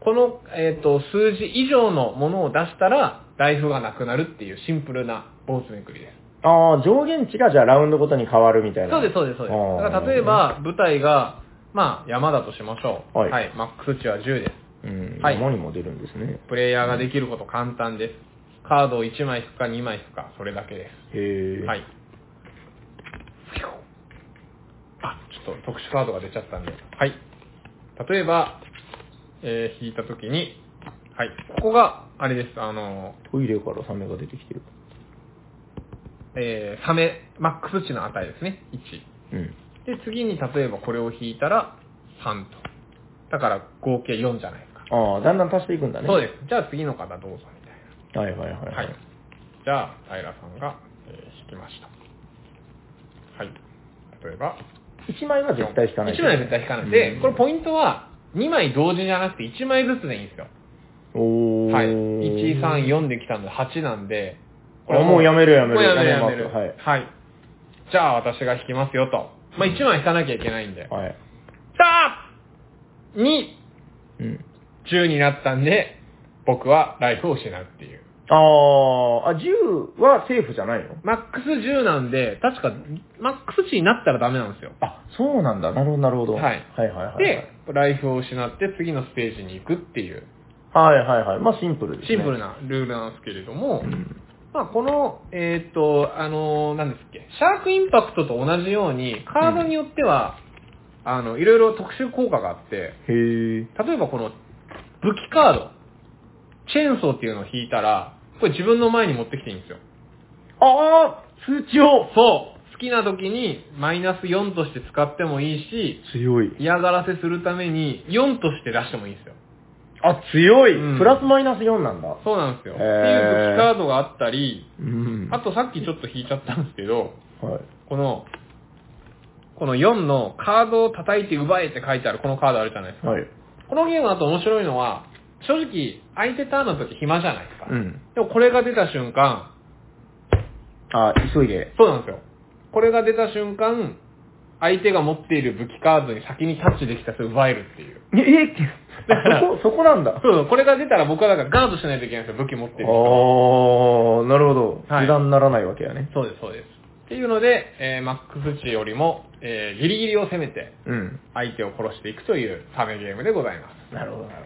この、えっ、と、数字以上のものを出したら、ライフがなくなるっていうシンプルなボーツめくりです。ああ、上限値がじゃあラウンドごとに変わるみたいな。そうです、そうです、そうです。あーだから例え、ば、舞台が、まあ、山だとしましょう。はいマックス値は10です。うん、はい山にも出るんですね。プレイヤーができること簡単です。カードを1枚引くか2枚引くか、それだけでへす。え。はい。。あ、ちょっと特殊カードが出ちゃったんで。はい。例えば、えー引いたときに、はい。ここが、あれです。あの、トイレからサメが出てきてる。えーサメ、マックス値の値ですね。1。うん。で、次に例えばこれを引いたら3と。だから合計4じゃないですか。ああ、だんだん足していくんだね。そうです。じゃあ次の方どうぞみたいす。はいはいはい。な。はい。じゃあ、平さんが、えー引きました。はい。例えば、 1枚は絶対引かない。 1枚は絶対引かない。で、これポイントは2枚同時じゃなくて1枚ずつでいいんですよ。れ、おー。はい。1、3、。4で来たので8なんで、あもうやめるやめるもうやめるやめやる。めますはい。じゃあ私が引きますよと。まあ1枚引かなきゃいけないんで。はい。さあ !2! うん。 10になったんで、僕はライフを失うっていう。ああ、あ、10はセーフじゃないのマックス10なんで、確か、マックス値になったらダメなんですよ。あ、そうなんだ。なるほど、なるほど。はいはいはいはい。で、ライフを失って次のステージに行くっていう、はいはいはい。まあシンプルですシね。ンプル。なルールなんですけれども、うん。まあこの、えーっと、あのー、なんですっけ、シャークインパクトと同じように、カードによっては、あの、いろいろ特殊効果があって、へえ。例えばこの武器カード、チェーンソーっていうのを引いたら、これ自分の前に持ってきていいんですよ。ああ通知をそう好きな時にマイナス4として使ってもいいし、強い。嫌がらせするために4として出してもいいんですよ。あ、強い、うんプラスマイナス4なんだ。そうなんですよ。へっーていう武器カードがあったり、うんあとさっきちょっと引いちゃったんですけど、はい。この、この4のカードを叩いて奪えって書いてあるこのカードあるじゃないですか。はい。このゲームだと面白いのは、正直相手ターンの時暇じゃないですか。うん。でもこれが出た瞬間、あ、急いで。そうなんですよ。これが出た瞬間、相手が持っている武器カードに先にタッチできたらそれ奪えるっていう。え、え、そこ、そこなんだ。そうそうこれが出たら僕はだからガードしないといけないんですよ、武器持ってる人は。ああ、なるほど。はい油断にならないわけやね。そうです、そうです。っていうので、えーマックス値よりも、えーギリギリを攻めて、うん。相手を殺していくというサメゲームでございまなるほど、なる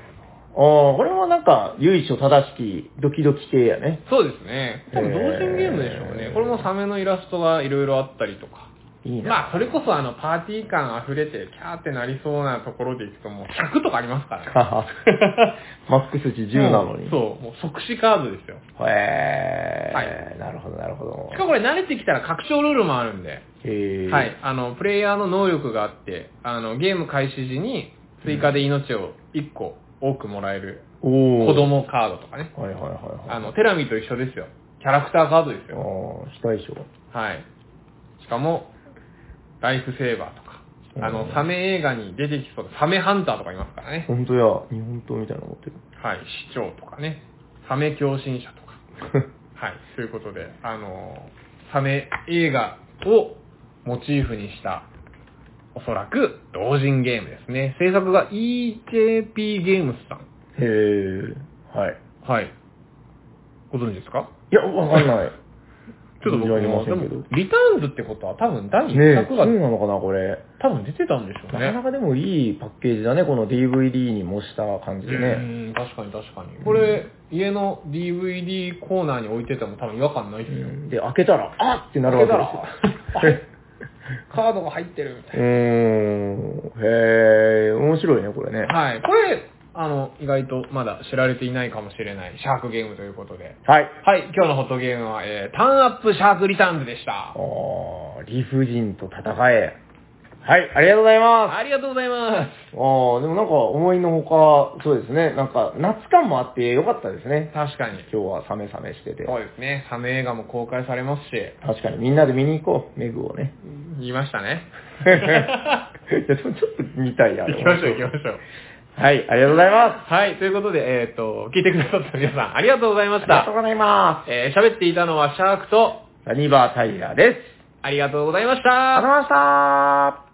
ほど。ああ、これはなんか、由緒正しきドキドキ系やね。す。そうですね。多分同人ゲームでしょうへねー。これもサメのイラストがいろいろあったりとか。いいな。まあ、それこそあの、パーティー感溢れて、キャーってなりそうなところでいくともう100とかありますからね。はは [LAUGHS] マックス値10なのに。もうそう、もう即死カードですよ。へえ、はなるほど、なるほど。しかもこれ慣れてきたら拡張ルールもあるんで、へえ。はい。。あの、プレイヤーの能力があって、あの、ゲーム開始時に追加で命を1個多くもらえるおお。子。供カードとかね。はいはいはいはい。あの、テラミと一緒ですよ。キャラクターカードですよ。ああ、非対称。はい。しかも、ライフセーバーとか、あうんの、サメ映画に出てきそうなサメハンターとかいますからね。本当や、日本刀みたいなの持ってる。はい。市長とかね。サメ共振者とか。 [LAUGHS] はい。ということで、あのーサメ映画をモチーフにした、おそらく同人ゲームですね。制作が EJP ゲームスさん。へえ、はい。はい。ご存知ですかいや、わかんない。 [LAUGHS] ちょっと僕存じ上げまも、せでんけもど、リターンズってことは多分第ね1え、作そうがなのかな、これ。多分出てたんでしょうなね。かなかでもいいパッケージだね、この DVD に模した感じでうね。ん、確かに確かに。これ、家の DVD コーナーに置いてても多分違和感ないですよ。うんで、開けたら、あっってなるわけ開けでカードが入ってるみたいなす [LAUGHS] よ。うーん。へえ、面白いね、これね。はい。これ、あの、意外とまだ知られていないかもしれないシャークゲームということで。はい。はい。今日のホットゲームは、えー、ターンアップシャークリターンズでした。ああ、理不尽と戦え。はい、ありがとうございます。ありがとうございます。ああ、でもなんか思いのほか、そうですね、なんか夏感もあってよかったですね。確かに。今日はサメサメしてて。そうですね。サメ映画も公開されますし、確かにみんなで見に行こう、メグを [LAUGHS] ね。言いました [LAUGHS] ね。いやでもちょっと見たいや行きましょう行きましょう。はい、ありがとうございます。はい。ということで、えっ、と、聞いてくださった皆さん、ありがとうございまあしりがとうた。ございまえー、喋っていたのはシャークと、す。サニバータイヤーです。ありがとうございましあたり。がとうございました。